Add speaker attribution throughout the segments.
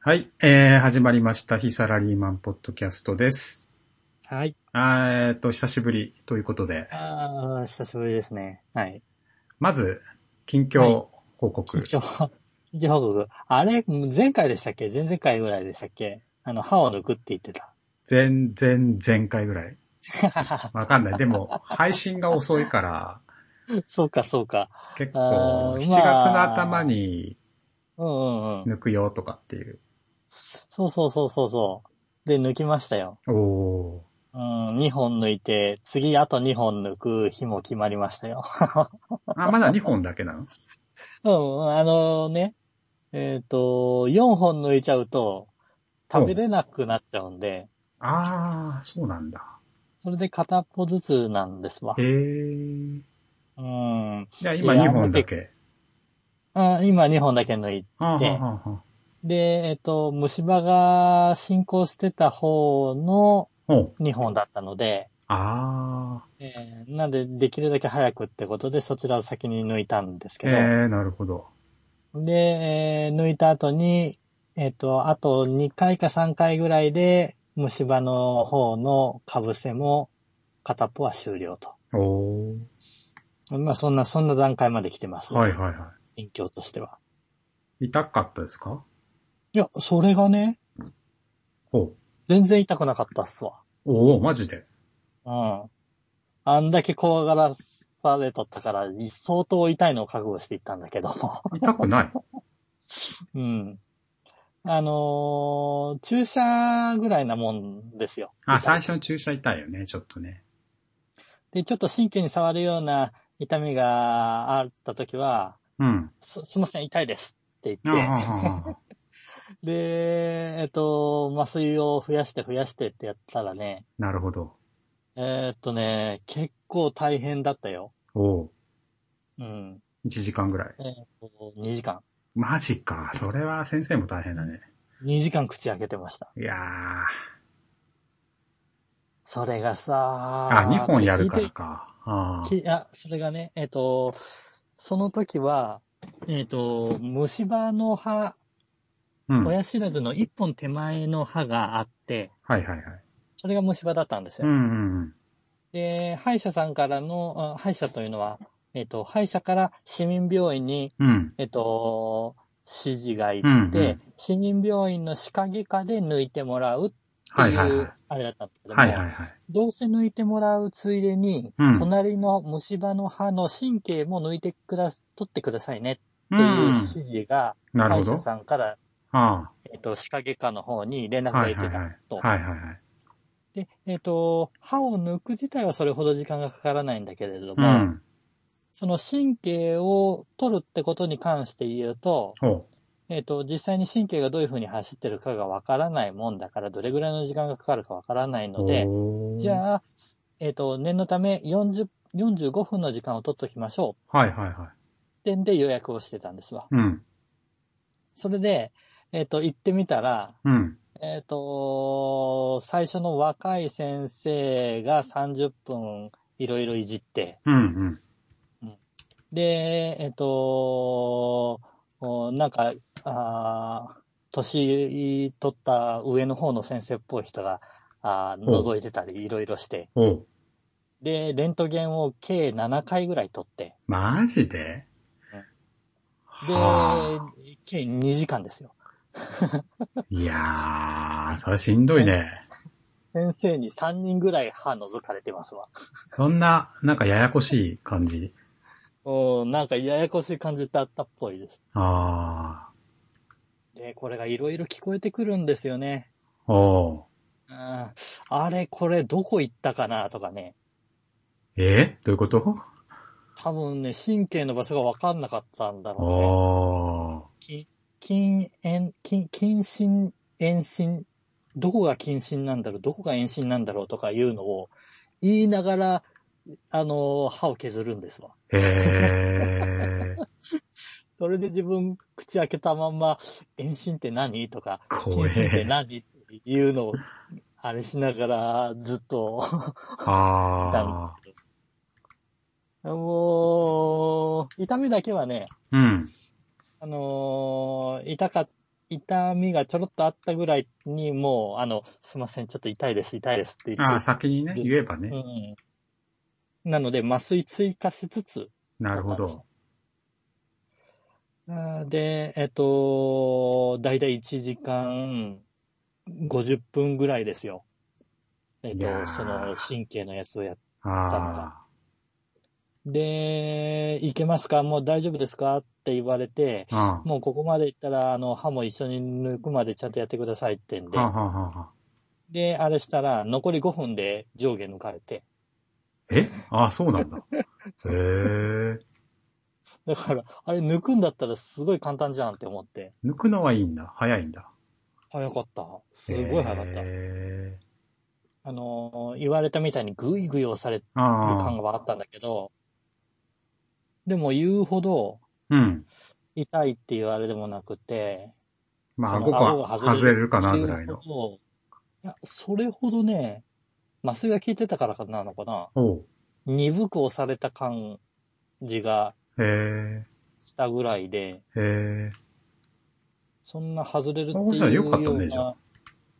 Speaker 1: はい、えー、始まりました。非サラリーマンポッドキャストです。
Speaker 2: はい。
Speaker 1: あーえーっと、久しぶりということで、
Speaker 2: ああ、久しぶりですね。はい。
Speaker 1: まず、近況報告。
Speaker 2: 緊張、 緊張報告。あれ、前回でしたっけ前々回ぐらいでしたっけあの、歯を抜くって言って た。
Speaker 1: 前、前、前回ぐらい。わかんない。で も、配信が遅いから、
Speaker 2: そうか、そうか。
Speaker 1: 結
Speaker 2: あ
Speaker 1: 構、7
Speaker 2: ー
Speaker 1: 月
Speaker 2: まあ
Speaker 1: の頭に
Speaker 2: うんうんうん。
Speaker 1: 抜くよとかっていう。
Speaker 2: そうそうそうそうそう。で、抜きましたよ。
Speaker 1: おー。
Speaker 2: うん、2本抜いて、次あと2本抜く日も決まりましたよ。
Speaker 1: あ、まだ2本だけなの
Speaker 2: うん、あのね、えっ、と、4本抜いちゃうと、食べれなくなっちゃうんで、
Speaker 1: あー、そうなんだ。
Speaker 2: それで片っぽずつなんですわ
Speaker 1: へ。ー。
Speaker 2: うん。
Speaker 1: じゃあ今
Speaker 2: いや
Speaker 1: 2本だけ。
Speaker 2: あ今2本だけ抜いて。
Speaker 1: はあはあはあはあ
Speaker 2: で、えっと、虫歯が進行してた方の
Speaker 1: ほう。
Speaker 2: 2本だったので、
Speaker 1: あ
Speaker 2: えーなんで、できるだけ早くってことで、そちらを先に抜いたんです
Speaker 1: ー。
Speaker 2: けど、
Speaker 1: えー、なるほど。
Speaker 2: で、えー抜いた後に、えっと、あと2回か3回ぐらいで、虫歯の方の被せも片っぽは終了と。
Speaker 1: おー。
Speaker 2: まあ、そんな、そんな段階まで来てます。
Speaker 1: はいはいは
Speaker 2: 勉強としては。
Speaker 1: い。痛かったですか
Speaker 2: いや、それがね、
Speaker 1: ほ
Speaker 2: 全然痛くなかったっすわ。
Speaker 1: う。おおマジで。
Speaker 2: うん。あんだけ怖がらされとったから、相当痛いのを覚悟していったんだけども。
Speaker 1: 痛くない。
Speaker 2: うん。あのー注射ぐらいなもんですよ。
Speaker 1: あ、最初の注射痛いよね、ちょっとね。
Speaker 2: で、ちょっと神経に触るような痛みがあった時は、
Speaker 1: うん。
Speaker 2: す、すいません、痛いですって
Speaker 1: あ
Speaker 2: 言って、
Speaker 1: あ
Speaker 2: で、えっと、麻酔を増やして増やしてってやったらね、
Speaker 1: なるほど。
Speaker 2: えーっとね、結構大変だったよ。
Speaker 1: おお
Speaker 2: うん。
Speaker 1: 1時間ぐらい。
Speaker 2: えーっと、2時間。
Speaker 1: マジか。それは先生も大変だね。
Speaker 2: 2時間口開けてました。
Speaker 1: いやー。
Speaker 2: それがさ
Speaker 1: あ、2本やるか
Speaker 2: 聞
Speaker 1: ら
Speaker 2: いて
Speaker 1: か。あー
Speaker 2: きあ、それがね、えっ、と、その時は、えっ、と、虫歯の歯、
Speaker 1: うん。はい
Speaker 2: 親知らずの一本手前の歯があって、
Speaker 1: はいはい。
Speaker 2: それが虫歯だったんです
Speaker 1: う
Speaker 2: よ。
Speaker 1: んうんうん。
Speaker 2: で、歯医者さんからの、あ歯医者というのは、えっ、と、歯医者から市民病院に、
Speaker 1: うん。
Speaker 2: えっ、と、指示が行って、
Speaker 1: うんうん
Speaker 2: 市民病院の歯科外科で抜いてもらうって
Speaker 1: はい
Speaker 2: い
Speaker 1: はいは
Speaker 2: う
Speaker 1: い。、
Speaker 2: あれだったんですけども、
Speaker 1: はいはいはい。
Speaker 2: どうせ抜いてもらうついでに、
Speaker 1: うん
Speaker 2: 隣の虫歯の歯の神経も抜いてくだ、取ってくださいね
Speaker 1: う
Speaker 2: っていう指
Speaker 1: ん。
Speaker 2: 示が、
Speaker 1: なる
Speaker 2: 歯
Speaker 1: ほ
Speaker 2: 医者
Speaker 1: ど。
Speaker 2: さんから、
Speaker 1: あ
Speaker 2: えっ、と、歯科外科の方に連
Speaker 1: あ
Speaker 2: 絡が
Speaker 1: はいい
Speaker 2: って
Speaker 1: はい
Speaker 2: た
Speaker 1: はい。
Speaker 2: と。
Speaker 1: はいはいはい。
Speaker 2: で、えっ、と、歯を抜く自体はそれほど時間がかからないんだけれど
Speaker 1: う
Speaker 2: も、
Speaker 1: ん。
Speaker 2: その神経を取るってことに関して言うと、
Speaker 1: ほ。
Speaker 2: えっ、と、実際に神経がどういう風に走ってるかがわからないもんだから、どれぐらいの時間がかかるかわからないうので、
Speaker 1: おー
Speaker 2: じゃあ、えっ、と、念のため40、45分の時間を取っときましょう。
Speaker 1: はいはいはい。
Speaker 2: 点で予約をしてたんですわ。
Speaker 1: うん。
Speaker 2: それで、えっ、と、行ってみたら、
Speaker 1: うん。
Speaker 2: えっ、と、最初の若い先生が30分いろいろいじって、
Speaker 1: うんうん。
Speaker 2: で、えっ、と、おなんか、あー年取った上の方の先生っぽい人が、あー
Speaker 1: ほう
Speaker 2: 覗いてたりいろいろして、
Speaker 1: おう。
Speaker 2: で、レントゲンを計7回ぐらい取って、
Speaker 1: マジで
Speaker 2: で
Speaker 1: は、
Speaker 2: 計2時間ですよ。
Speaker 1: あいやー、それしんどいね。
Speaker 2: 先生に3人ぐらい歯覗かれてますわ。
Speaker 1: そんな、なんかややこしい感じ。
Speaker 2: うん、なんかややこしい感じだったっぽいです。
Speaker 1: あ
Speaker 2: で、これがいろいろ聞こえてくるんですよね。
Speaker 1: ー、おう。
Speaker 2: うんあれ、これどこ行ったかなとかね。
Speaker 1: えどういうこと
Speaker 2: 多分ね、神経の場所がわかんなかったんだろ
Speaker 1: おー。
Speaker 2: うね。筋、炎、筋、筋心、遠心、どこが筋心なんだろう、どこが遠心なんだろうとかいうのを言いながら、あの、歯を削るんですわ。
Speaker 1: え ー。
Speaker 2: それで自分、口開けたまんま、遠心って何とか、
Speaker 1: 怖
Speaker 2: 近心って
Speaker 1: え。
Speaker 2: 何っていうのを、あれしながら、ずっと、いたんで
Speaker 1: あ
Speaker 2: すけど。もう、痛みだけはね、
Speaker 1: ー。うん。
Speaker 2: あのー痛かっ痛みがちょろっとあったぐらいに、もう、あの、すいません、ちょっと痛いです、痛いですって言
Speaker 1: あ
Speaker 2: っ
Speaker 1: あ、
Speaker 2: て。
Speaker 1: 先にね、言えばね。
Speaker 2: うん。なので、麻酔追加しつつ、
Speaker 1: なるほど。
Speaker 2: あーで、えっと、だいたい1時間50分ぐらいですよ。えっ
Speaker 1: いやー
Speaker 2: と、その神経のやつをやっ
Speaker 1: あ
Speaker 2: で、行けますかもう大丈夫ですかって言われて、
Speaker 1: あ。ああ。
Speaker 2: もうここまで行ったら、あの、歯も一緒に抜くまでちゃんとやってくださいってんで
Speaker 1: は、あ、はあはあはあ、
Speaker 2: で、あれしたら、残り5分で上下抜かれて、
Speaker 1: えああ、そうなんだ。へえ。
Speaker 2: だから、あれ抜くんだったらすごい簡単じゃんって思って、
Speaker 1: 抜くのはいいんだ。早いんだ。
Speaker 2: 早かった。すごい早かった。
Speaker 1: へえ。
Speaker 2: あの、言われたみたいにグイグイ押される感
Speaker 1: ああ。
Speaker 2: があったんだけど、でも言うほど
Speaker 1: うん。
Speaker 2: 痛いっていうあれでもなくて、
Speaker 1: まあ、
Speaker 2: そ
Speaker 1: 顎
Speaker 2: の
Speaker 1: が外れるかなぐらいの
Speaker 2: って。うほどいや、それほどね、麻酔が効いてたからかなのかな。
Speaker 1: おう。
Speaker 2: 鈍く押された感じが
Speaker 1: へ
Speaker 2: したぐらいで、
Speaker 1: え。へえ。
Speaker 2: そんな外れるって
Speaker 1: あほんなら
Speaker 2: いう
Speaker 1: よ
Speaker 2: よ
Speaker 1: かったね
Speaker 2: う
Speaker 1: じゃ
Speaker 2: な、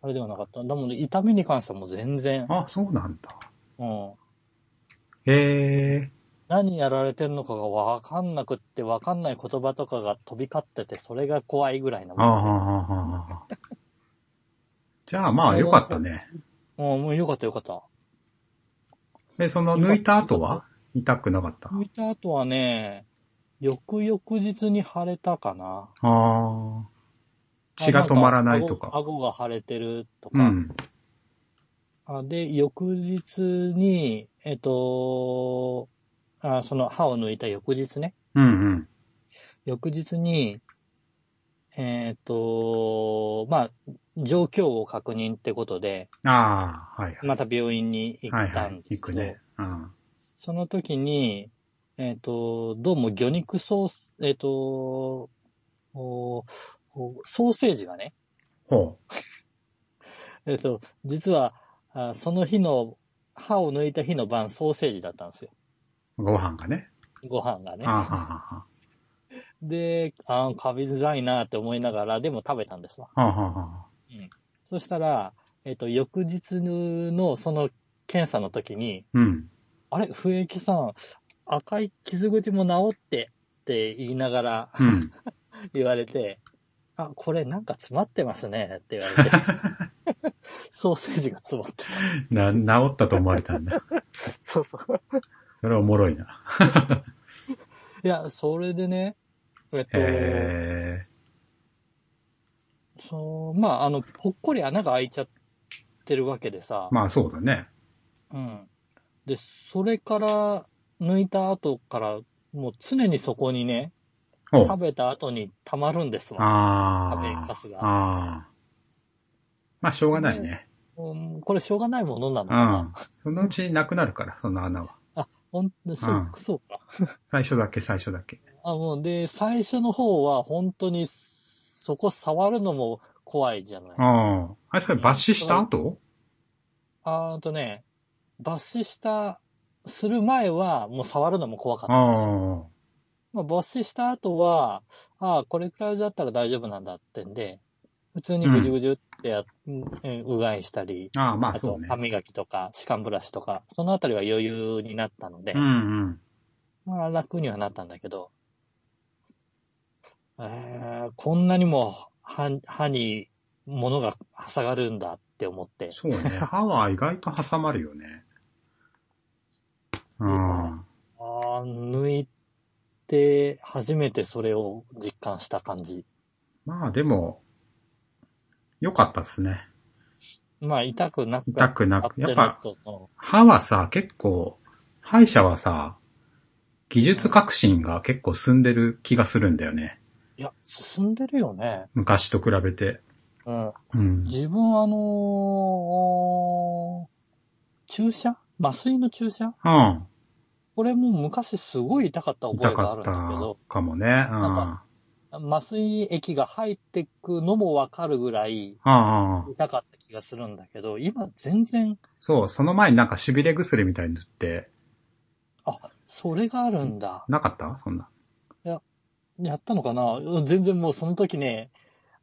Speaker 2: あれではなかった。だもんね、痛みに関してはもう全然、
Speaker 1: あ、そうなんだ。
Speaker 2: うん。
Speaker 1: へえ。
Speaker 2: 何やられてるのかがわかんなくって、わかんない言葉とかが飛び交ってて、それが怖いぐらいな
Speaker 1: ああ、
Speaker 2: も
Speaker 1: はあ
Speaker 2: んで。
Speaker 1: はあはあはあ。じゃあ、まあ、よかったね。
Speaker 2: うん、もうよかったよかった。
Speaker 1: え、その、抜いた後は痛くなかった。
Speaker 2: 見た後はね、翌々日に腫れたかな。
Speaker 1: ああ。血が止まらないと
Speaker 2: あ
Speaker 1: か。
Speaker 2: なん顎。顎が腫れてると
Speaker 1: う
Speaker 2: か。
Speaker 1: ん。
Speaker 2: あで、翌日に、えっと、あその歯を抜いた翌日ね。
Speaker 1: うんうん。
Speaker 2: 翌日に、えっと、まあ、状況を確認ってことで、
Speaker 1: ああ、はいはい。
Speaker 2: また病院に行
Speaker 1: はい
Speaker 2: った
Speaker 1: は
Speaker 2: ん
Speaker 1: い。
Speaker 2: で
Speaker 1: 行
Speaker 2: すけ
Speaker 1: く
Speaker 2: ど、
Speaker 1: ね。うん。
Speaker 2: その時に、えっ、と、どうも魚肉ソース、えっ、とおおソーセージがね、
Speaker 1: ほ
Speaker 2: えっ、と、実はあ、その日の、歯を抜いた日の晩、ソーセージだったんですよ。
Speaker 1: う。ご飯がね。
Speaker 2: ご飯がね
Speaker 1: あ。あ、はあ
Speaker 2: で、あーカビづらいなって思いながら、でも食べたんですわ。
Speaker 1: はあ。はあはあは
Speaker 2: そしたら、えっ、と、翌日のその検査の時に、
Speaker 1: あ。うん。
Speaker 2: あれ、不液さん、赤い傷口も治ってって言いながら、
Speaker 1: うん。
Speaker 2: 言われて、あ、これなんか詰まってますねって言われて、 ソーセージが詰まってた。
Speaker 1: な、治ったと思われたんだ。
Speaker 2: そうそう。
Speaker 1: それおもろいな。
Speaker 2: いや、それでね、えっ
Speaker 1: へえ。
Speaker 2: と、そう、まあ、あの、ぽっこり穴が開いちゃってるわけでさ、
Speaker 1: まあ、そうだね。
Speaker 2: うん。で、それから抜いた後から、もう常にそこにね、
Speaker 1: ほう。
Speaker 2: 食べた後に溜まるんですわ。
Speaker 1: ああ。
Speaker 2: 食べかすが
Speaker 1: ああ。まあ、しょうがないね。
Speaker 2: うんこれしょうがないものなの
Speaker 1: う。。
Speaker 2: かなん
Speaker 1: そのうちなくなるから、その穴は。
Speaker 2: ほんとそう
Speaker 1: うん
Speaker 2: そうか。
Speaker 1: 最初だけ、最初だけ。
Speaker 2: あ、もう、で、最初の方は本当に、そこ触るのも怖いじゃない。あ
Speaker 1: ああ。あれ、それ抜歯した後
Speaker 2: ーんとね、抜歯した、する前は、もう触るのも怖かっ
Speaker 1: あ
Speaker 2: たんですよ。
Speaker 1: あ。
Speaker 2: まあ、抜歯した後は、ああ、これくらいだったら大丈夫なんだってんで、普通にぐじゅぐじゅってや、うんうがいしたり、
Speaker 1: ああ、まあ、
Speaker 2: あ
Speaker 1: そ
Speaker 2: と
Speaker 1: うね
Speaker 2: 歯。磨きとか、歯間ブラシとか、そのあたりは余裕になったので、
Speaker 1: うんうん。
Speaker 2: まあ楽にはなったんだけど、えー、こんなにも歯歯に物が挟がるんだって思って、
Speaker 1: そうね。歯は意外と挟まるよね。うん。
Speaker 2: ああ、抜いて初めてそれを実感した感じ。
Speaker 1: まあでも、良かったっすね。
Speaker 2: まあ痛くなく
Speaker 1: 痛くな
Speaker 2: なっ
Speaker 1: く。
Speaker 2: て
Speaker 1: やっ
Speaker 2: る
Speaker 1: ぱ、
Speaker 2: との、
Speaker 1: 歯はさ、結構、歯医者はさ、技術革新が結構進んでる気がするんだよね。
Speaker 2: いや、進んでるよね。
Speaker 1: 昔と比べて。
Speaker 2: うん。
Speaker 1: うん。
Speaker 2: 自分あのー注射麻酔の注射
Speaker 1: うん。
Speaker 2: これも昔すごい痛かった覚
Speaker 1: 痛
Speaker 2: えがあ
Speaker 1: かっ
Speaker 2: るんだけど
Speaker 1: た、かもね。うん。
Speaker 2: なん
Speaker 1: あ
Speaker 2: 麻酔液が入ってくのもわかるぐらい
Speaker 1: あ。
Speaker 2: 痛かった気がするんだけど、今全然、
Speaker 1: そう、その前になんか痺れ薬みたいに塗って、
Speaker 2: あ、それがあるんだ。
Speaker 1: なかったそんな。
Speaker 2: やったのかな全然もうその時ね、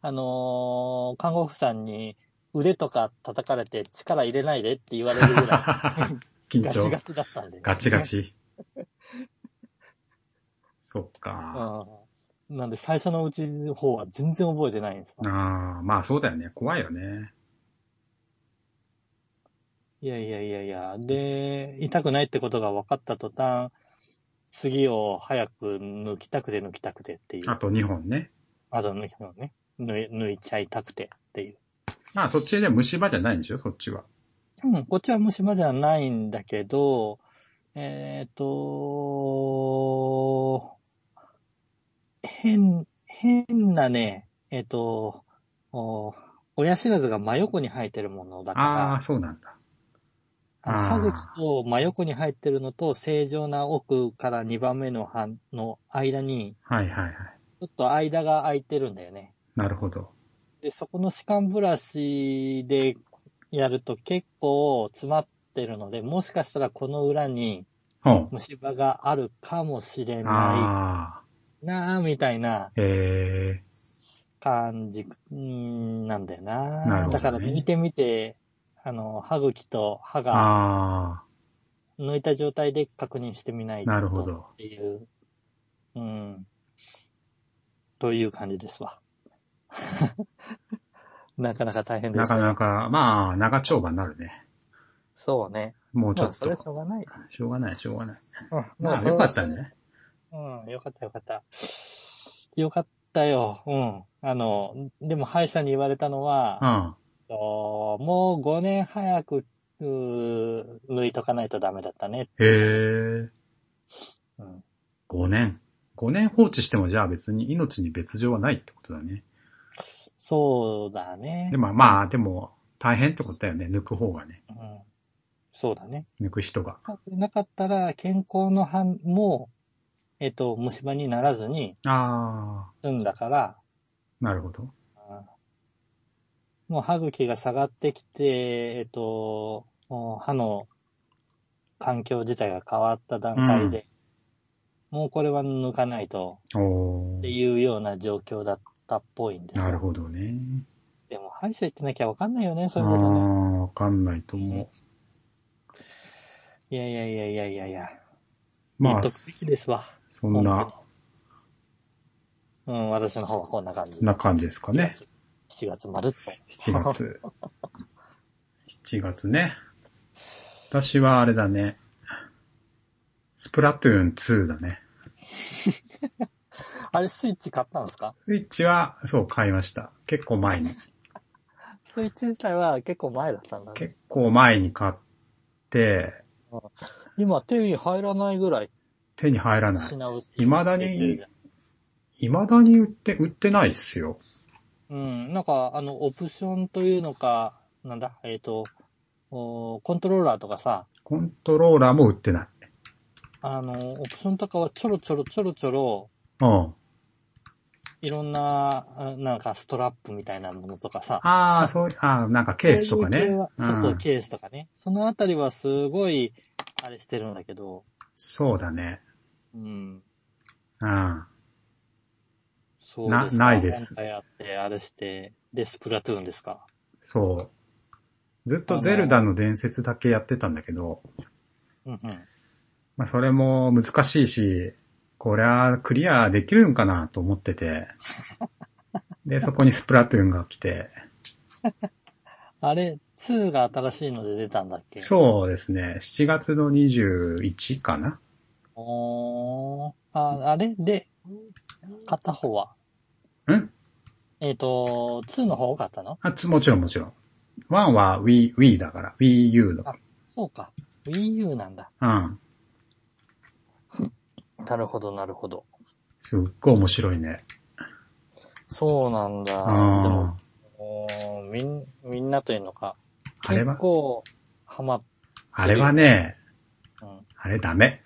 Speaker 2: あのー看護婦さんに腕とか叩かれて力入れないでって言われるぐらい
Speaker 1: 緊
Speaker 2: ガチ
Speaker 1: 張
Speaker 2: ガ。チだったんで、ね。
Speaker 1: ガチガチ。そうか。
Speaker 2: うん。なんで最初のうちの方は全然覚えてないんですよ。
Speaker 1: ああ、まあそうだよね。怖いよね。
Speaker 2: いやいやいやいや。で、痛くないってことが分かった途端、次を早く抜きたくて抜きたくてってい
Speaker 1: あ
Speaker 2: う。
Speaker 1: と2本ね。
Speaker 2: あと抜きのね。抜い抜いちゃいたくてっていう。
Speaker 1: まあそっちで虫歯じゃないんでしょそっちは。
Speaker 2: うん、こっちは虫歯じゃないんだけど、えっ、と、変、変なね、えっ、と、お親知らずが真横に生えてるものだ
Speaker 1: あ
Speaker 2: か
Speaker 1: あ、そうなんだ。
Speaker 2: ら、あの
Speaker 1: あー
Speaker 2: 歯茎と真横に入ってるのと正常な奥から2番目の歯の間に、
Speaker 1: はいはいはい。
Speaker 2: ちょっと間が空いてるんだよね。
Speaker 1: なるほど。
Speaker 2: で、そこの歯間ブラシでやると結構詰まってるので、もしかしたらこの裏に
Speaker 1: ほ
Speaker 2: 虫歯があるかもしれ
Speaker 1: う。
Speaker 2: な
Speaker 1: ああ、
Speaker 2: いなぁ、みたいな
Speaker 1: ええ
Speaker 2: 感じうんなんだよな
Speaker 1: なるほどね
Speaker 2: だから抜いてみて、あの、歯茎と歯
Speaker 1: ー、
Speaker 2: が
Speaker 1: あ
Speaker 2: 抜いた状態で確認してみない
Speaker 1: あ、
Speaker 2: と
Speaker 1: なるほど。
Speaker 2: っていう、うん、という感じですわ。 なかなか大変で
Speaker 1: な
Speaker 2: した
Speaker 1: かなか、まあ、長丁場になるね。
Speaker 2: そうね。
Speaker 1: もうち
Speaker 2: ま
Speaker 1: ょ
Speaker 2: あ、
Speaker 1: っ
Speaker 2: そ
Speaker 1: と。
Speaker 2: れはしょうがない。
Speaker 1: しょうがない、しょうがない。
Speaker 2: うん、
Speaker 1: まあ、
Speaker 2: それ
Speaker 1: よか
Speaker 2: は
Speaker 1: っ
Speaker 2: しょ
Speaker 1: た
Speaker 2: う
Speaker 1: ね
Speaker 2: がない。うん、よかったよかった。よかったよ。うん。あの、でも歯医者に言われたの
Speaker 1: う
Speaker 2: は、
Speaker 1: ん。
Speaker 2: おもう5年早く、うー抜いとかないとダメだったね。
Speaker 1: へえ。
Speaker 2: うん。
Speaker 1: 5年。5年放置してもじゃあ別に命に別状はないってことだね。
Speaker 2: そうだね
Speaker 1: で。もまあ、でも大変ってことだよね。抜く方がね。
Speaker 2: うん。そうだね。
Speaker 1: 抜く人が。
Speaker 2: なかったら、健康の歯も、えっと、虫歯にならずに
Speaker 1: あ
Speaker 2: 済んだから、
Speaker 1: あ、なるほど。
Speaker 2: もう歯茎が下がってきて、えっと、もう歯の環境自体が変わった段階で、もうこれは抜かないと
Speaker 1: お
Speaker 2: って
Speaker 1: ー。
Speaker 2: いうような状況だったっぽいんですよ。
Speaker 1: なるほどね。
Speaker 2: でも歯医者行ってなきゃわかんないよね、
Speaker 1: あ
Speaker 2: そういうことね。
Speaker 1: あ、わかんないと思
Speaker 2: いやいやいやいやいやいや。
Speaker 1: う。ま
Speaker 2: 納
Speaker 1: あ、
Speaker 2: 得的ですわ。
Speaker 1: そんな
Speaker 2: 本、うん、私の方はこんな感じ。
Speaker 1: な感じですかね。
Speaker 2: 7月まるっと。
Speaker 1: 7月。7月ね。私はあれだね。スプラトゥーン2だね。
Speaker 2: あれ、スイッチ買ったんですか
Speaker 1: スイッチは、そう、買いました。結構前に。
Speaker 2: スイッチ自体は結構前だったんだね。
Speaker 1: 結構前に買って、
Speaker 2: 今、手に入らないぐらい
Speaker 1: 手に入らない。
Speaker 2: 品薄。
Speaker 1: 未だに未だに売って、売ってないっすよ。
Speaker 2: うん、なんか、あの、オプションというのか、なんだ、えっ、と、おーコントローラーとかさ、
Speaker 1: コントローラーも売ってない。
Speaker 2: あの、オプションとかはちょろちょろちょろちょろ、
Speaker 1: うん。
Speaker 2: いろんな、あなんかストラップみたいなものとかさ、
Speaker 1: ああ、そう、ああ、なんかケースとか
Speaker 2: そういう
Speaker 1: ね
Speaker 2: 系は。そうそう、
Speaker 1: ん
Speaker 2: ケースとかね。そのあたりはすごい、あれしてるんだけど、
Speaker 1: そうだね。
Speaker 2: うん。
Speaker 1: うん。
Speaker 2: そうですか
Speaker 1: なないです
Speaker 2: 今回あって、あれして、で、スプラトゥーンですか。
Speaker 1: そう。ずっとゼルダの伝説だけやってたんだけど、
Speaker 2: うんうん。
Speaker 1: まあそれも難しいし、こりゃクリアできるんかなと思ってて、で、そこにスプラトゥーンが来て、
Speaker 2: あれ、2が新しいので出たんだっけう。
Speaker 1: そうですね、7月の21かな
Speaker 2: おーあ、あれで、片方は
Speaker 1: ん
Speaker 2: えっ、と、2の方があったの
Speaker 1: あつ、もちろんもちろん。1は Wii、Wii だから、Wii U の。
Speaker 2: そうか。Wii U なんだ。
Speaker 1: うん。
Speaker 2: なるほど、なるほど。
Speaker 1: すっごい面白いね。
Speaker 2: そうなんだ。で
Speaker 1: あ
Speaker 2: も、おーみん、みんなというのか。
Speaker 1: あれは
Speaker 2: 結構、ハマっ
Speaker 1: あれはね、
Speaker 2: うん。
Speaker 1: あれダメ。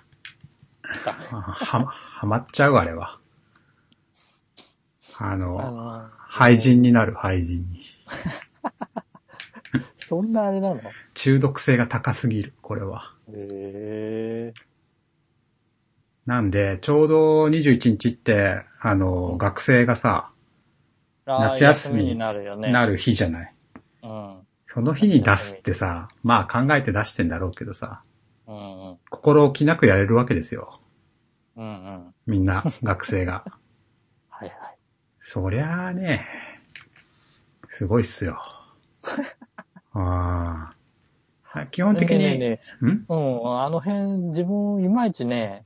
Speaker 2: ダ
Speaker 1: は、はまっちゃう、あれは。あ
Speaker 2: あ
Speaker 1: の、
Speaker 2: のー
Speaker 1: 廃。人になる、廃人に。
Speaker 2: そんなあれなの
Speaker 1: 中毒性が高すぎる、これは。
Speaker 2: へえ。
Speaker 1: なんで、ちょうど21日って、あの、学生がさ、
Speaker 2: あー
Speaker 1: 夏休み
Speaker 2: になるよね。
Speaker 1: なる日じゃない。
Speaker 2: うん。
Speaker 1: その日に出すってさ、まあ考えて出してんだろうけどさ、
Speaker 2: うんうん。
Speaker 1: 心置きなくやれるわけですよ。
Speaker 2: うんうん。
Speaker 1: みんな、学生が。
Speaker 2: はいはい。
Speaker 1: そりゃあね、すごいっす よ。ああ。はい基本的に、
Speaker 2: ねえねえね
Speaker 1: ん
Speaker 2: えうん、あの辺、自分、いまいちね、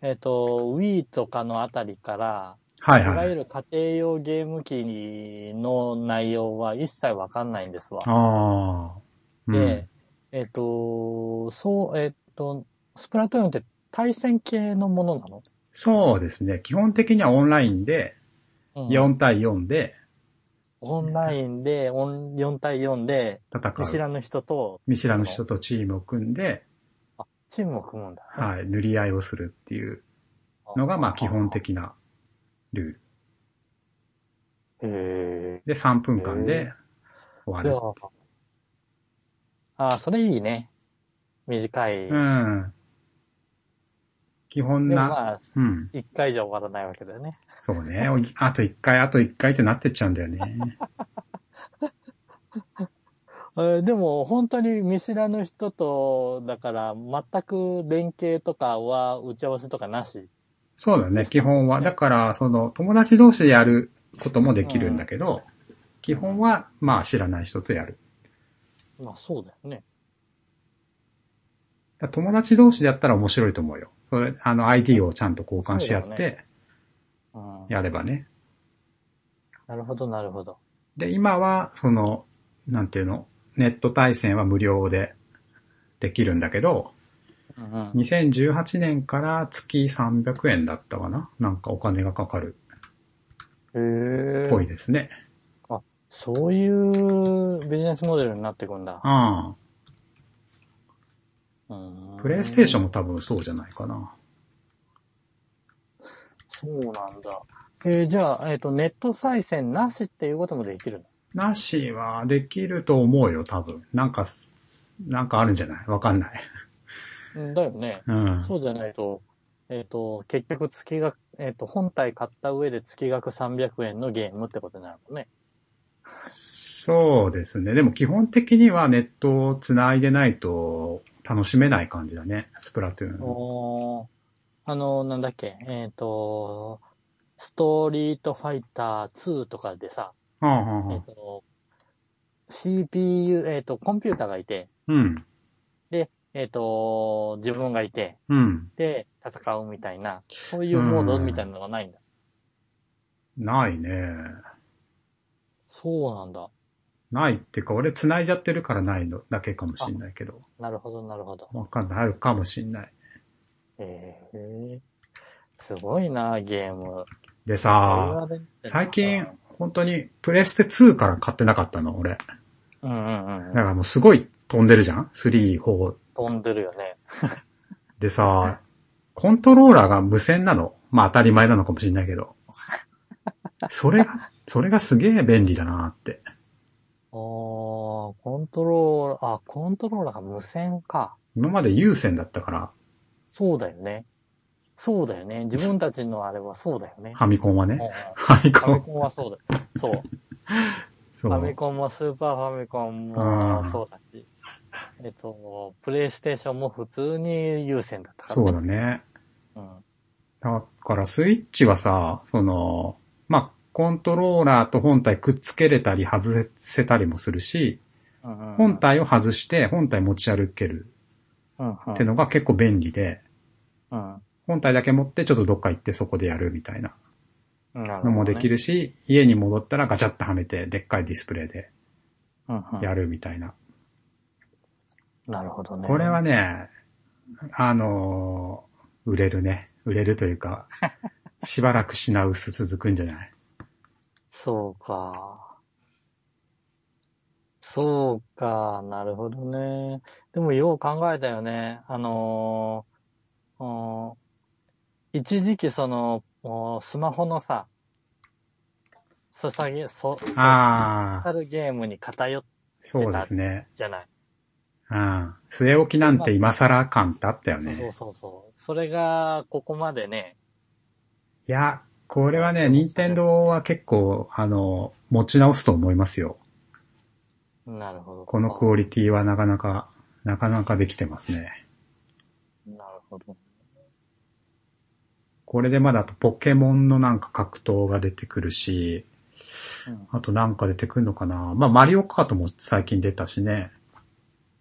Speaker 2: えっ、と、Wii とかのあたりから、
Speaker 1: はい
Speaker 2: いわ
Speaker 1: は
Speaker 2: ゆ
Speaker 1: い。
Speaker 2: る家庭用ゲーム機の内容は一切わかんないんですわ。
Speaker 1: ああ。うん。
Speaker 2: で、えっ、と、そう、えっ、と、スプラトゥーンって対戦系のものなの、
Speaker 1: そうですね。基本的にはオンラインで、
Speaker 2: うん
Speaker 1: 4対4で
Speaker 2: オンラインで、オン4対4で、
Speaker 1: 戦
Speaker 2: 見知
Speaker 1: う。
Speaker 2: らぬ人と
Speaker 1: 見知らぬ人とチームを組んで、
Speaker 2: チームを組むんだ、
Speaker 1: はい、塗り合いをするっていうのが、まあ基本。的なルール。
Speaker 2: へ
Speaker 1: で、3分間
Speaker 2: へ
Speaker 1: で終わる。
Speaker 2: では、ああ、それいいね。短い。
Speaker 1: うん。基本
Speaker 2: でも
Speaker 1: な、
Speaker 2: まあ、
Speaker 1: うん。
Speaker 2: 一回じゃ終わらないわけだよね。
Speaker 1: そうね。おいあと1回、あと1回ってなってっちゃうんだ よね。
Speaker 2: えーでも、本当に見知らぬ人と、だから、全く連携とかは、打ち合わせとかなし。
Speaker 1: そうだね、基本は。だから、その、友達同士でやることもできるんだけど、基本は、まあ知らない人とやる。
Speaker 2: まあ、そうだよね。
Speaker 1: だから友達同士でやったら面白いと思うよ。それ、あの、ID をちゃんと交換し合
Speaker 2: そ
Speaker 1: っ
Speaker 2: うだよ
Speaker 1: て、
Speaker 2: うん。
Speaker 1: やればね。
Speaker 2: なるほど、なるほど。
Speaker 1: で、今は、その、なんていうの、ネット対戦は無料でできるんだけど、
Speaker 2: うんうん。
Speaker 1: 2018年から月300円だったかななんかお金がかかる
Speaker 2: へ
Speaker 1: っ
Speaker 2: え
Speaker 1: ぽいですね。
Speaker 2: そういうビジネスモデルになっていくんだ。
Speaker 1: あ
Speaker 2: うん
Speaker 1: あ、プレイステーショ
Speaker 2: ン
Speaker 1: ンも多分そうじゃないかな。
Speaker 2: そうなんだ。えーじゃあ、えっ、と、ネット再生なしっていうこともできるの
Speaker 1: なしはできると思うよ、多分。なんかす、なんかあるんじゃないわかんない。
Speaker 2: うんだよね。
Speaker 1: うん。
Speaker 2: そうじゃないと、えっ、と、結局月額、えっ、と、本体買った上で月額300円のゲームってことになるもんね。
Speaker 1: そうですね。でも基本的にはネットを繋いでないと楽しめない感じだね、スプラトゥーン。
Speaker 2: おーあの、なんだっけ、えっ、と、ストリートファイター2とかでさ、
Speaker 1: はあはあ
Speaker 2: え
Speaker 1: は
Speaker 2: っ、
Speaker 1: あ
Speaker 2: と、CPU、えっ、と、コンピューターがいて、
Speaker 1: うん。
Speaker 2: えっ、と、自分がいて、
Speaker 1: うん。
Speaker 2: で、戦うみたいな、そういうモードみたいなのがないんだ。
Speaker 1: ないね。
Speaker 2: そうなんだ。
Speaker 1: ないっていうか、俺繋いじゃってるからないのだけかもしんないけど。
Speaker 2: なるほど、なるほど。
Speaker 1: わかんない。あるかもしんない。
Speaker 2: えー、すごいな、ゲーム。
Speaker 1: でさ、
Speaker 2: それはね
Speaker 1: 最近、本当にプレステ2から買ってなかったの、俺。
Speaker 2: うんう
Speaker 1: だ
Speaker 2: んう
Speaker 1: か
Speaker 2: ん。
Speaker 1: らもうすごい飛んでるじゃん ?3、4。
Speaker 2: 飛んでるよね。
Speaker 1: でさ、コントローラーが無線なの。まあ当たり前なのかもしれないけど。それが、それがすげえ便利だなって。
Speaker 2: あー、コントローラー、あ、コントローラーが無線か。
Speaker 1: 今まで有線だったから、
Speaker 2: そうだよね。そうだよね。自分たちのあれはそうだよね。
Speaker 1: ファミコンは
Speaker 2: うんうん
Speaker 1: ね。ファミ
Speaker 2: ファ
Speaker 1: コ
Speaker 2: ミ
Speaker 1: ン。
Speaker 2: コンはそうだよ。そう。
Speaker 1: そ
Speaker 2: ファミ
Speaker 1: う。
Speaker 2: コンもスーパーファミコン
Speaker 1: う
Speaker 2: も
Speaker 1: ん
Speaker 2: そうだし、えっと、プレイステーションも普通に優先だったから、
Speaker 1: そうだね。
Speaker 2: うん。
Speaker 1: だからスイッチはさ、その、まあ、コントローラーと本体くっつけれたり外せたりもするし、
Speaker 2: うんうん
Speaker 1: 本体を外して本体持ち歩ける
Speaker 2: うんうん
Speaker 1: ってのが結構便利で、
Speaker 2: うん
Speaker 1: 本体だけ持ってちょっとどっか行ってそこでやるみたいな。
Speaker 2: なるほどね
Speaker 1: のもできるし、家に戻ったらガチャッとはめて、でっかいディスプレイで
Speaker 2: うんうん
Speaker 1: やるみたいな。
Speaker 2: なるほどね。
Speaker 1: これはね、あのー売れるね。売れるというか、 しばらく品薄続くんじゃない
Speaker 2: そうか。そうか、なるほどね。でもよう考えたよね。あのーうん一時期その、おスマホのさ、ソサゲ、ソ、ソソー
Speaker 1: あ
Speaker 2: シ
Speaker 1: あ、
Speaker 2: ャルゲームに偏っ
Speaker 1: そうですね。
Speaker 2: じゃない。
Speaker 1: うん。据え置きなんて今更感ってあったよ
Speaker 2: そう
Speaker 1: ね。
Speaker 2: そうそう。それが、ここまでね、
Speaker 1: いや、これはね、任天堂は結構、あのー持ち直すと思いますよ。
Speaker 2: なるほど。
Speaker 1: このクオリティはなかなか、なかなかできてますね。
Speaker 2: なるほど。
Speaker 1: これでまだあとポケモンのなんか格闘が出てくるし、
Speaker 2: うん
Speaker 1: あとなんか出てくるのかな。まあマリオカートも最近出たしね。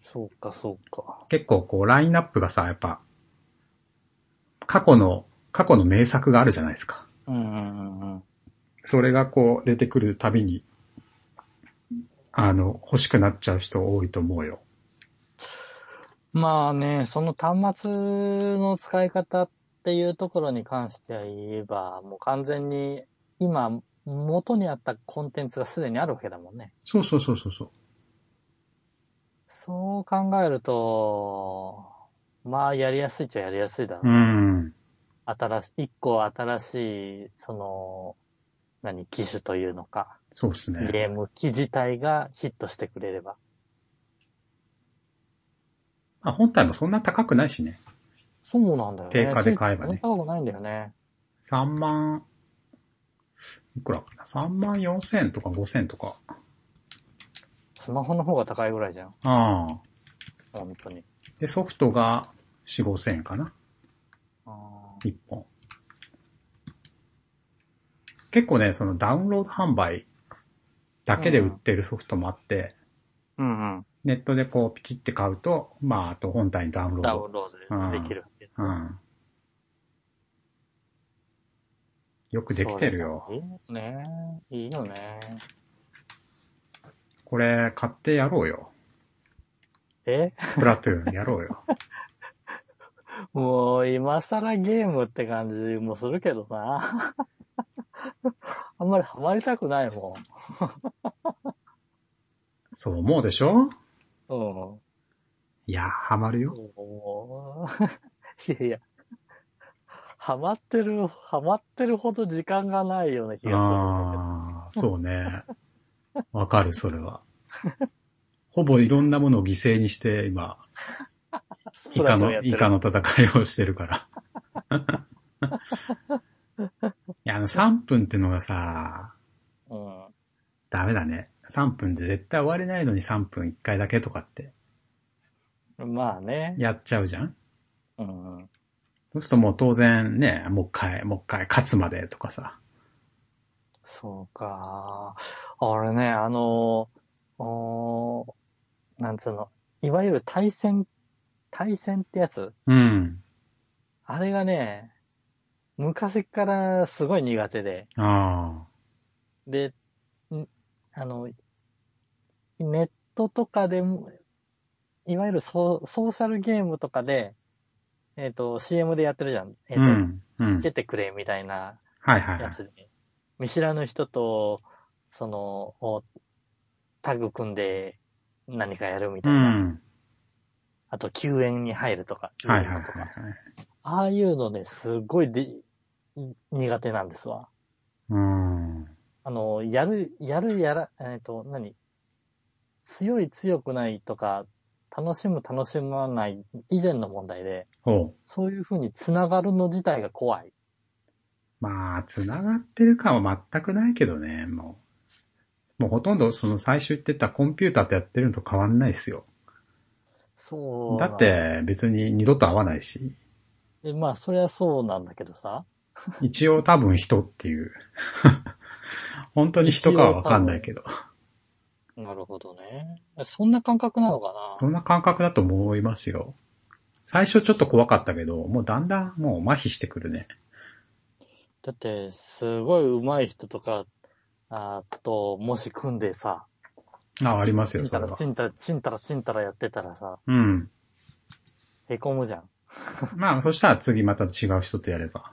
Speaker 2: そうか、そうか。
Speaker 1: 結構こうラインナップがさ、やっぱ、過去の、過去の名作があるじゃないですか。
Speaker 2: うんうんうんうん。
Speaker 1: それがこう出てくるたびに、あの、欲しくなっちゃう人多いと思うよ。
Speaker 2: まあね、その端末の使い方っていうところに関しては言えば、もう完全に今、元にあったコンテンツがすでにあるわけだもんね。
Speaker 1: そうそうそうそうそう。
Speaker 2: そう考えると、まあやりやすいっちゃやりやすいだろ
Speaker 1: う。
Speaker 2: う
Speaker 1: ん。
Speaker 2: 新し、一個新しい、その、何、機種というのか、
Speaker 1: そうですね。
Speaker 2: ゲーム機自体がヒットしてくれれば。
Speaker 1: まあ本体もそんな高くないしね。
Speaker 2: そうなんだよね。
Speaker 1: 定価で買えばね
Speaker 2: スイッチそんな高くないんだよね。
Speaker 1: 3万、いくらかな ?3 万4千とか5千とか。
Speaker 2: スマホの方が高いぐらいじゃん。
Speaker 1: ああ。
Speaker 2: 本当に。
Speaker 1: で、ソフトが4、5千円かな
Speaker 2: あー
Speaker 1: ?1 本。結構ね、そのダウンロード販売だけで売ってるソフトもあって、
Speaker 2: うん
Speaker 1: ネットでこうピチって買うと、まあ、あと本体にダウン
Speaker 2: う
Speaker 1: ロー
Speaker 2: ん。ダウ
Speaker 1: ド。
Speaker 2: ンロードできるわけです
Speaker 1: う
Speaker 2: よ。
Speaker 1: ん。よくできてるよ。
Speaker 2: それがいいよね。いいよね。
Speaker 1: これ買ってやろうよ。
Speaker 2: え
Speaker 1: スプラトゥーンやろう よ。
Speaker 2: もう今更ゲームって感じもするけどな。 あんまりハマりたくないも
Speaker 1: そう思うでしょ
Speaker 2: ん。うん。
Speaker 1: いや、ハマるよ。
Speaker 2: おーいやいや、ハマってる、ハマってるほど時間がないような気が
Speaker 1: ああ、そうね。わかる、それは。ほぼいろんなものを犠牲にして、今、
Speaker 2: する
Speaker 1: イ
Speaker 2: んだけど。スプラ
Speaker 1: カ
Speaker 2: トゥーンや
Speaker 1: の、
Speaker 2: って
Speaker 1: イ
Speaker 2: る
Speaker 1: カの戦いをしてるから。いや、あの、3分ってのがさ、
Speaker 2: うん。
Speaker 1: ダメだね。3分で絶対終われないのに3分1回だけとかって、
Speaker 2: まあね。
Speaker 1: やっちゃうじゃん
Speaker 2: うん。
Speaker 1: そうするともう当然ね、もう一回、もう一回、勝つまでとかさ。
Speaker 2: そうか。俺ね、あの、おーなんつうの、いわゆる対戦、対戦ってやつ
Speaker 1: うん。
Speaker 2: あれがね、昔からすごい苦手で。
Speaker 1: あ
Speaker 2: で、んあの、ネットとかでも、いわゆるソソーシャルゲームとかで、えっ、と、CM でやってるじゃん。
Speaker 1: あ。
Speaker 2: えっ、
Speaker 1: う
Speaker 2: と、
Speaker 1: ん。う
Speaker 2: つ
Speaker 1: ん。
Speaker 2: けてくれみたいな
Speaker 1: はいはいは
Speaker 2: や
Speaker 1: い。
Speaker 2: つで、見知らぬ人と、その、おタッグ組んで何かやるみ
Speaker 1: う
Speaker 2: たいな。
Speaker 1: ん。
Speaker 2: あと、救援に入るとか、
Speaker 1: はいはいは
Speaker 2: イベントと
Speaker 1: い。
Speaker 2: かああいうのね、すごいで苦手なんですわ。
Speaker 1: うん。
Speaker 2: あの、やる、やる、やら、えっ、と、何強い、強くないとか、楽しむ、楽しまない以前の問題で、
Speaker 1: ほう。
Speaker 2: そういうふうに繋がるの自体が怖い。
Speaker 1: まあ、繋がってる感は全くないけどね、もう。もうほとんどその最初言ってたコンピューターとやってるのと変わんないですよ。
Speaker 2: そう。
Speaker 1: だっ。て別に二度と会わないし、
Speaker 2: えまあ、そりゃそうなんだけどさ。
Speaker 1: 一応多分人っていう。 本当に人かはわかんないけど。
Speaker 2: なるほどね。そんな感覚なのか
Speaker 1: そんな感覚だと思いますよ。最初ちょっと怖かったけど、もうだんだんもう麻痺してくるね。
Speaker 2: なだって、すごい上手い人とか、あーと、もし組んでさ、
Speaker 1: あ、あります
Speaker 2: ち
Speaker 1: よ、
Speaker 2: ん
Speaker 1: そ
Speaker 2: た
Speaker 1: れ
Speaker 2: ら
Speaker 1: は
Speaker 2: ち。んたらちんたらちんたらやってたらさ、
Speaker 1: うん。
Speaker 2: 凹むじゃん。
Speaker 1: まあ、そしたら次また違う人とやれば。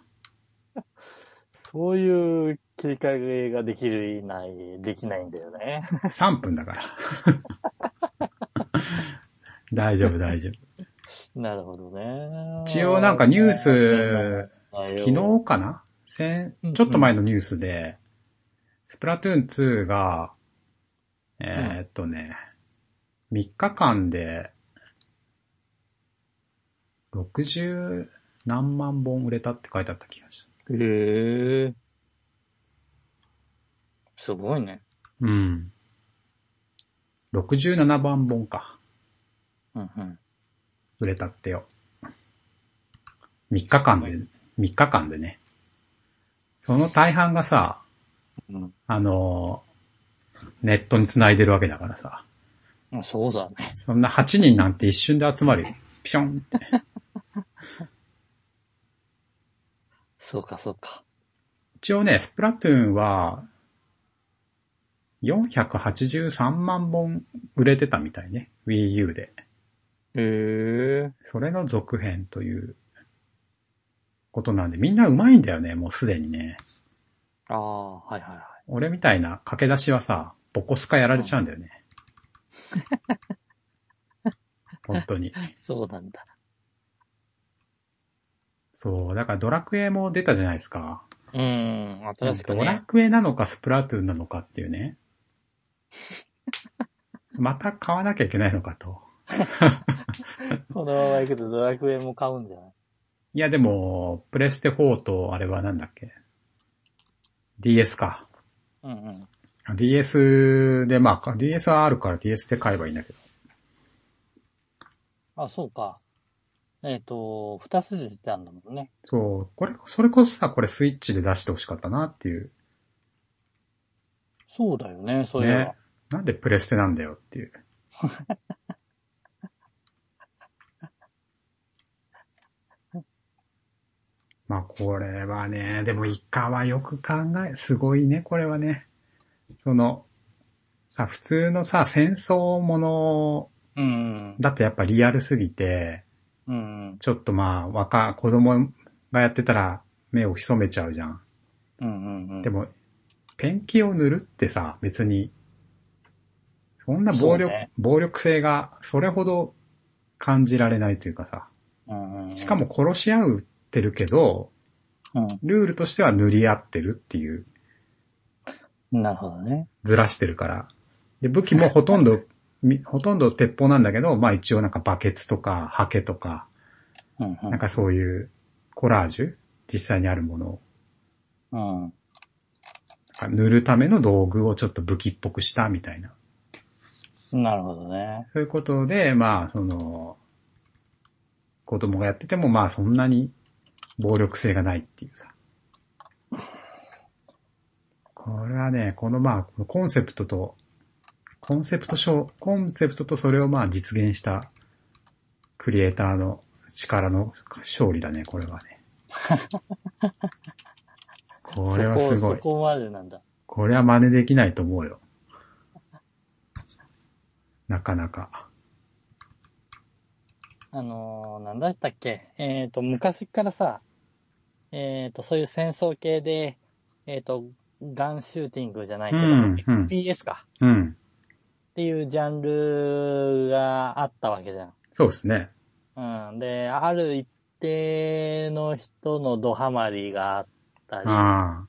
Speaker 2: そういう切り替えができる、ない、できないんだよね。
Speaker 1: 3分だから。 大丈夫、大丈夫。
Speaker 2: なるほどね。
Speaker 1: 一応なんかニュース、
Speaker 2: 昨
Speaker 1: 昨日かな先
Speaker 2: うん
Speaker 1: ちょっと前のニュースで、スプラトゥーン2が、えーっとね、3日間で、60何万本売れたって書いてあった気がし
Speaker 2: へえ。すごいね。
Speaker 1: た。うん。67番本か。
Speaker 2: うんうん。
Speaker 1: 売れたってよ。3日間で、3日間でね。その大半がさ、
Speaker 2: うん
Speaker 1: あのーネットに繋いでるわけだからさ。
Speaker 2: まあ、そうだね。
Speaker 1: そんな8人なんて一瞬で集まるよ。ピションって。
Speaker 2: そうか、そうか。
Speaker 1: 一応ね、スプラトゥーンは、483万本売れてたみたいね。Wii U で。
Speaker 2: へえ。
Speaker 1: それの続編ということなんで、みんな上手いんだよね、もうすでにね。
Speaker 2: ああ、はいはいはい。
Speaker 1: 俺みたいな駆け出しはさ、ボコスカやられちゃうんだよね。本当に。
Speaker 2: そうなんだ。
Speaker 1: そう、だからドラクエも出たじゃないですか。
Speaker 2: うん、新しく
Speaker 1: ドラ
Speaker 2: ね。
Speaker 1: クエなのかスプラトゥーンなのかっていうね。また買わなきゃいけないのかと。
Speaker 2: このまま行くとドラクエも買うんじゃない
Speaker 1: いやでも、プレステ4とあれはなんだっけ。DS か。
Speaker 2: うんうん。
Speaker 1: DS で、まあ、DS はあるから DS で買えばいいんだけど。
Speaker 2: あ、そうか。えっ、と、二つで出たんだもんね。
Speaker 1: そう、これ、それこそさ、これスイッチで出してほしかったなっていう。
Speaker 2: そうだよね、そういえば。
Speaker 1: ねなんでプレステなんだよっていう。 まあこれはね、でもイカはよく考え、すごいね、これはね。その、さ、普通のさ、戦争もの
Speaker 2: うん
Speaker 1: だとやっぱリアルすぎて、
Speaker 2: うん。うん
Speaker 1: ちょっとまあ若、子供がやってたら目を潜めちゃうじゃん。
Speaker 2: うん。うんうん。
Speaker 1: で、も、ペンキを塗るってさ、別に、そんな暴
Speaker 2: そう
Speaker 1: 力、
Speaker 2: ね
Speaker 1: 暴力性がそれほど感じられないというかさ、
Speaker 2: うんうん、
Speaker 1: しか、も殺し合ってるけど、
Speaker 2: う
Speaker 1: ルールとしては塗り合ってるっていう、
Speaker 2: ん。なるほどね。
Speaker 1: ずらしてるから。で、武器もほとんど、 みほとんど鉄砲なんだけど、まあ一応なんかバケツとかハケとか、
Speaker 2: うんうん。
Speaker 1: なんかそういうコラージュ実際にあるものを、
Speaker 2: うん。
Speaker 1: なんか塗るための道具をちょっと武器っぽくしたみたいな。
Speaker 2: なるほどね。
Speaker 1: そういうことで、まあ、その、子供がやってても、まあ、そんなに暴力性がないっていうさ。これはね、このまあ、コンセプトと、コンセプト書、コンセプトとそれをまあ実現したクリエイターの力の勝利だね、これはね。これはすご
Speaker 2: そこ、
Speaker 1: い
Speaker 2: そ。こまでなんだ。
Speaker 1: これは真似できないと思うよ。なかなか。
Speaker 2: あのー、なんだったっけえっ、と、昔からさ、えっ、と、そういう戦争系で、えっ、と、ガンシューティングじゃないけど、
Speaker 1: うん
Speaker 2: FPS か。
Speaker 1: うん。
Speaker 2: っていうジャンルがあったわけじゃん。
Speaker 1: そうですね。
Speaker 2: うん。で、ある一定の人のドハマりがあったり、
Speaker 1: ああ、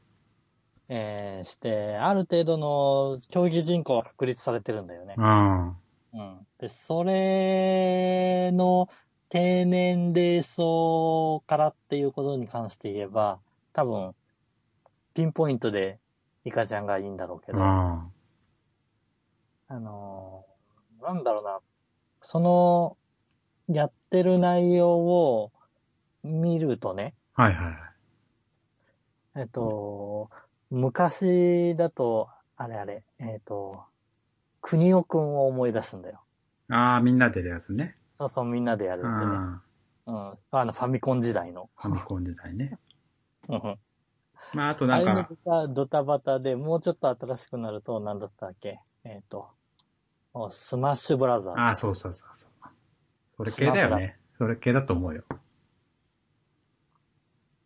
Speaker 2: えーして、ある程度の競技人口は確立されてるんだよね。
Speaker 1: あ
Speaker 2: うん。で、それの低年齢層からっていうことに関して言えば、多分、ピンポイントでイカちゃんがいいんだろうけ
Speaker 1: あ、
Speaker 2: ど、
Speaker 1: あ
Speaker 2: あのーなんだろうな、その、やってる内容を見るとね、
Speaker 1: あ。はいはいはい。
Speaker 2: えっと、昔だと、あれあれ、えっと、国尾くんを思い出すんだよ。
Speaker 1: ああ、みんなでやるやつね。
Speaker 2: そうそう、みんなでやるんですよね。
Speaker 1: あ
Speaker 2: うん。あの、ファミコン時代の。
Speaker 1: あ、ファミコン時代 ね。
Speaker 2: うんうん
Speaker 1: まあ、あと
Speaker 2: あ
Speaker 1: なん
Speaker 2: れの
Speaker 1: か、
Speaker 2: ドタドタバタで、もうちょっと新しくなると、なんだったっけえっ、と、おスマッシュブラザー。
Speaker 1: ああ、そうそうそうそう。それ系だよね。それ系だと思うよ。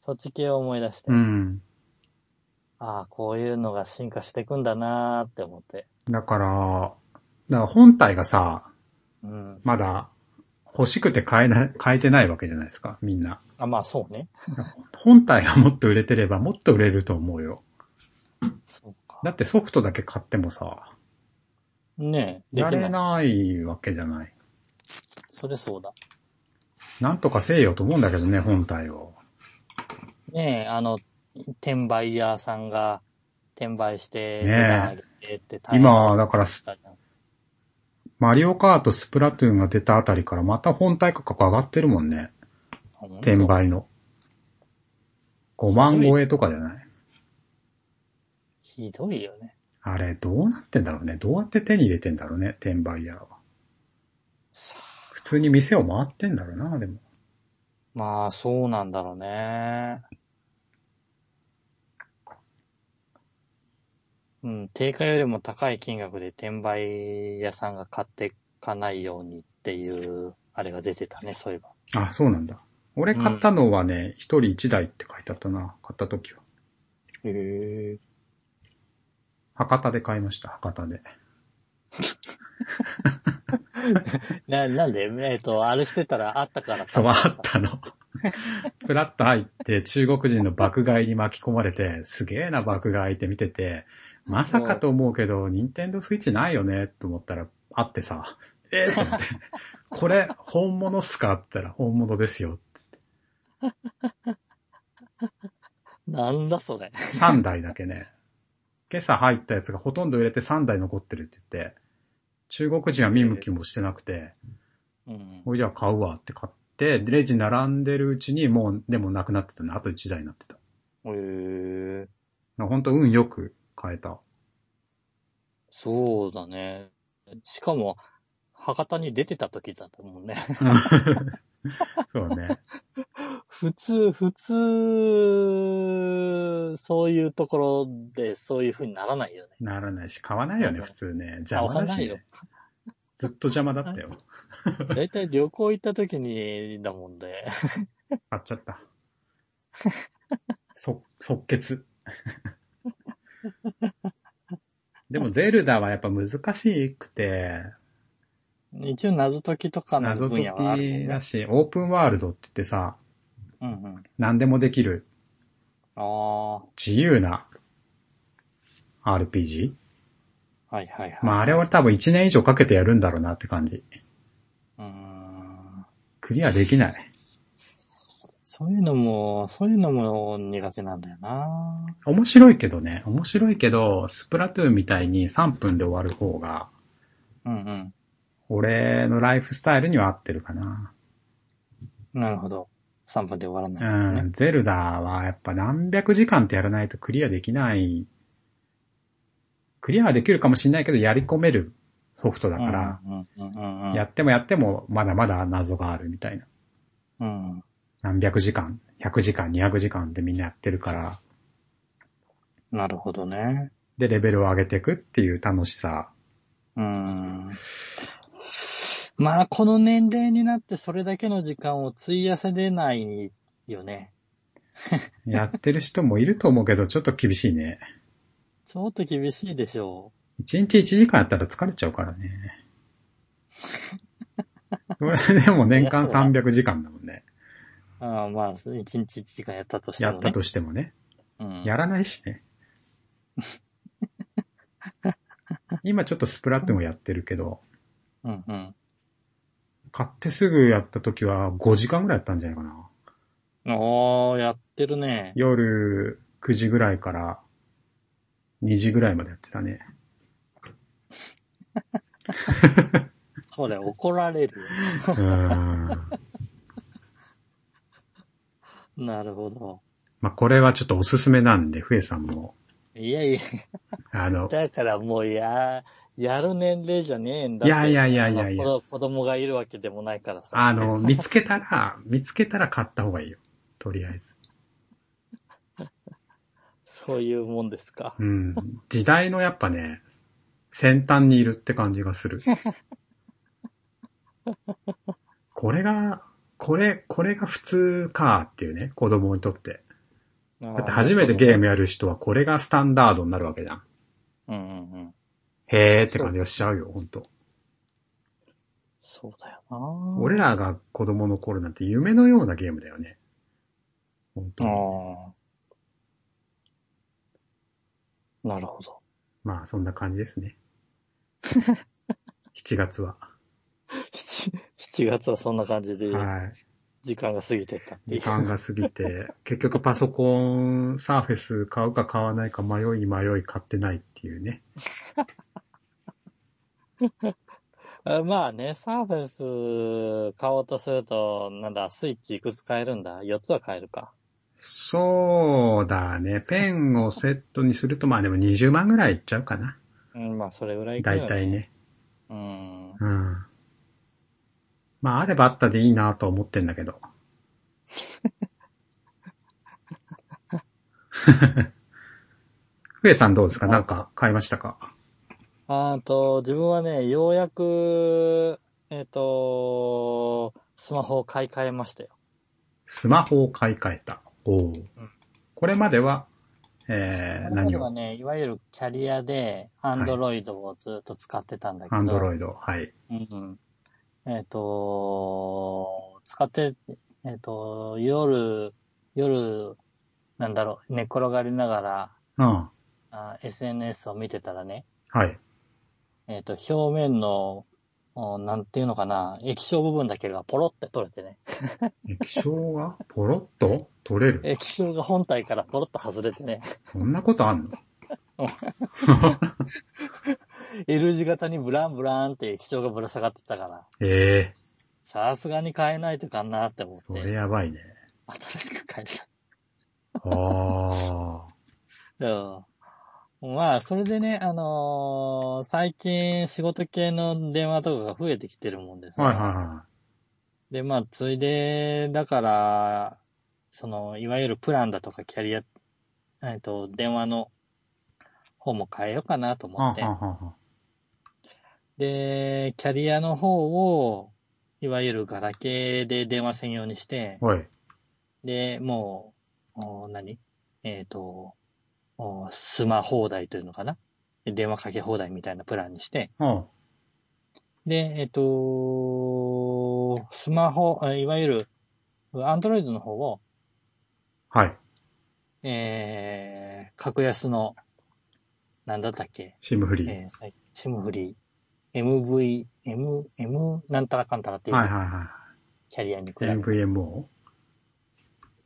Speaker 2: そっち系を思い出して、
Speaker 1: うん。
Speaker 2: ああ、こういうのが進化していくんだなーって思って。
Speaker 1: だから、だから本体がさ、
Speaker 2: うん。
Speaker 1: まだ欲しくて買えない、買えてないわけじゃないですか、みんな。
Speaker 2: あ、まあそうね。
Speaker 1: 本体がもっと売れてればもっと売れると思うよ。
Speaker 2: そうか。
Speaker 1: だってソフトだけ買ってもさ、
Speaker 2: ねえ、で
Speaker 1: や
Speaker 2: き
Speaker 1: れ
Speaker 2: ない。
Speaker 1: ないわけじゃない。
Speaker 2: それそうだ。
Speaker 1: なんとかせえよと思うんだけどね、本体を。
Speaker 2: ねえ、あの、転売屋さんが、転売して、
Speaker 1: ねえ
Speaker 2: 値段上げてって大変
Speaker 1: 今だからすマリオカート、スプラトゥーンが出たあたりからまた本体価格上がってるもんね。転売の。5万超えとかじゃない
Speaker 2: ひどいよね。
Speaker 1: あれ、どうなってんだろうね。どうやって手に入れてんだろうね、転売屋は。
Speaker 2: さあ
Speaker 1: 普通に店を回ってんだろうな、でも。
Speaker 2: まあ、そうなんだろうね。うん、定価よりも高い金額で転売屋さんが買ってかないようにっていう、あれが出てたね、そういえば。
Speaker 1: あ、そうなんだ。俺買ったのはね、一、人一台って書いてあったな、買った時は。
Speaker 2: へえ。
Speaker 1: 博多で買いました、博多で。
Speaker 2: な、なんで、えっ、と、あれしてたらあったから
Speaker 1: そう、あったの。プラッと入って中国人の爆買いに巻き込まれて、すげえな爆買いって見てて、まさかと思うけど、任天堂スイッチないよねと思ったら、あってさ、えー、と思って、これ本物っすかって言ったら本物ですよ。
Speaker 2: なんだそれ。
Speaker 1: 3台だけね。今朝入ったやつがほとんど売れて3台残ってるって言って、中国人は見向きもしてなくて、
Speaker 2: うん。
Speaker 1: おいじゃあ買うわって買って、レジ並んでるうちにもう、でもなくなってたね。あと1台になってた。
Speaker 2: へえ。
Speaker 1: ほんと運よく買え た。
Speaker 2: そうだね。しかも、博多に出てた時だったもんね。
Speaker 1: そうね。
Speaker 2: 普通、普通、そういうところでそういう風にならないよね。
Speaker 1: ならないし、買わないよね、普通ね。邪魔だし、
Speaker 2: 買わないよ
Speaker 1: ね。ずっと邪魔だったよ。
Speaker 2: だいたい旅行行った時に、だもんで。
Speaker 1: 買っちゃった。そ、即決。 でも、ゼルダはやっぱ難しくて、
Speaker 2: 一応謎解きとかの
Speaker 1: 謎
Speaker 2: 分
Speaker 1: 解
Speaker 2: 野はあるもん
Speaker 1: き
Speaker 2: ね
Speaker 1: だ。し、オープンワールドって言ってさ、
Speaker 2: うんうん。
Speaker 1: 何でもできる
Speaker 2: あ
Speaker 1: 自由な RPG?
Speaker 2: あ、はいはいはい。
Speaker 1: まあ、あれは多分1年以上かけてやるんだろうなって感じ。
Speaker 2: うーん。
Speaker 1: クリアできない。
Speaker 2: そういうのも、そういうのも苦手なんだよな。
Speaker 1: 面白いけどね。面白いけど、スプラトゥーンみたいに3分で終わる方が、
Speaker 2: うん
Speaker 1: 俺のライフスタイルには合ってるかな。
Speaker 2: うん。なるほど。3分で終わらないから
Speaker 1: う
Speaker 2: ね。
Speaker 1: ん。ゼルダはやっぱ何百時間ってやらないとクリアできない。クリアはできるかもしれないけど、やり込めるソフトだから、
Speaker 2: うんうんうんうん。
Speaker 1: やってもやってもまだまだ謎があるみたいな。
Speaker 2: うん。
Speaker 1: 何百時間、100時間、200時間でみんなやってるから、
Speaker 2: なるほどね。
Speaker 1: で、レベルを上げていくっていう楽しさ。
Speaker 2: うん。まあ、この年齢になってそれだけの時間を費やせれないよね。
Speaker 1: やってる人もいると思うけど、ちょっと厳しいね。
Speaker 2: ちょっと厳しいでしょ
Speaker 1: 一日一時間やったら疲れちゃうからね。これでも年間
Speaker 2: そりゃそう
Speaker 1: 300時間だもんね。
Speaker 2: う。ああまあ、1日1時間やったとして
Speaker 1: や
Speaker 2: もね。
Speaker 1: ったとしてもね。
Speaker 2: うん。
Speaker 1: やらないしね。今ちょっとスプラトゥーンをやってるけど、
Speaker 2: うんうん。
Speaker 1: 買ってすぐやった時は5時間ぐらいやったんじゃないかな。
Speaker 2: おー、やってるね。
Speaker 1: 夜9時ぐらいから2時ぐらいまでやってた ね。
Speaker 2: それ怒られるよ。
Speaker 1: うーん。
Speaker 2: なるほど。
Speaker 1: まあ、これはちょっとおすすめなんで、ふえさんも、
Speaker 2: いやいや、
Speaker 1: あの、
Speaker 2: だからもうや、やる年齢じゃねえんだ
Speaker 1: いやいやいやいやいや
Speaker 2: あの子子供がいるわけでもないからさ。
Speaker 1: あの、見つけたら、見つけたら買った方がいいよ。とりあえず。
Speaker 2: そういうもんですか。
Speaker 1: うん。時代のやっぱね、先端にいるって感じがす る。これが、これ、これが普通かっていうね、子供にとって。
Speaker 2: だ
Speaker 1: だって初めてゲームやる人はこれがスタンダードになるわけじゃん。
Speaker 2: うんうんうん。
Speaker 1: へーって感じがしちゃうよ、ほんと。
Speaker 2: そうだよな
Speaker 1: 俺らが子供の頃なんて夢のようなゲームだよね。ほんとに。
Speaker 2: ああ。なるほど。
Speaker 1: まあ、そんな感じです ね。7月は。
Speaker 2: 7, 7月はそんな感じで、
Speaker 1: はい。
Speaker 2: 時間が過ぎてったってい
Speaker 1: 時
Speaker 2: う。
Speaker 1: 間が過ぎて、結局パソコン、サーフェス買うか買わないか迷い迷い買ってないっていうね。
Speaker 2: あまあね、サーフェス買おうとすると、なんだ、スイッチいくつ買えるんだ ?4 つは買えるか。
Speaker 1: そうだね。ペンをセットにすると、まあでも20万ぐらいいっちゃうかな。
Speaker 2: うん、まあそれぐらいいくよ
Speaker 1: 大体。ね。
Speaker 2: うん。
Speaker 1: うん。まああればあったでいいなと思ってんだけど。ふえさんどうですかなんか買いましたか
Speaker 2: あーと、自分はね、ようやく、えっ、と、スマホを買い替えましたよ。
Speaker 1: スマホを買い替えた。おお、これまでは、えー、
Speaker 2: これま
Speaker 1: 何
Speaker 2: では
Speaker 1: を
Speaker 2: ね、いわゆるキャリアで、アンドロイドをずっと使ってたんだけど、
Speaker 1: アンドロイド。はい。
Speaker 2: うんうん。えっ、と、使って、えっ、と、夜、夜、なんだろう、寝転がりながら、
Speaker 1: うん。は
Speaker 2: あ SNS を見てたらね、
Speaker 1: い。
Speaker 2: えっ、と、表面の、おなんていうのかな、液晶部分だけがポロって取れてね、
Speaker 1: 液晶がポロッと取れる。
Speaker 2: 液晶が本体からポロっと外れてね、
Speaker 1: そんなことあんの
Speaker 2: L 字型にブランブランって液晶がぶら下がってたから、
Speaker 1: ええ
Speaker 2: さすがに変えないとかなって思
Speaker 1: そ
Speaker 2: っ
Speaker 1: れ
Speaker 2: て、
Speaker 1: やばいね。
Speaker 2: 新しく変えた。
Speaker 1: ああ。
Speaker 2: うん。まあ、それでね、あのー最近仕事系の電話とかが増えてきてるもんです、
Speaker 1: はいはいは
Speaker 2: で、まあ、ついで、だから、その、いわゆるプランだとかキャリア、えっと、電話の方も変えようかなと
Speaker 1: い。は
Speaker 2: 思
Speaker 1: あ
Speaker 2: っ
Speaker 1: は
Speaker 2: て
Speaker 1: あ。はあはあ
Speaker 2: で、キャリアの方を、いわゆるガラケーで電話専用にして、
Speaker 1: おい。
Speaker 2: で、もう、お何えっ、とお、スマ放題というのかなで電話かけ放題みたいなプランにして、
Speaker 1: うん。
Speaker 2: で、えっ、と、スマホ、あいわゆる、アンドロイドの方を、
Speaker 1: はい。
Speaker 2: えー、格安の、なんだったっけ、
Speaker 1: シムフリー。
Speaker 2: えー最近、シムフリー、MV、M、M なんたらかんたらってい
Speaker 1: はいうは
Speaker 2: キャリアに比
Speaker 1: い
Speaker 2: べ
Speaker 1: はい。
Speaker 2: て、
Speaker 1: MVMO? は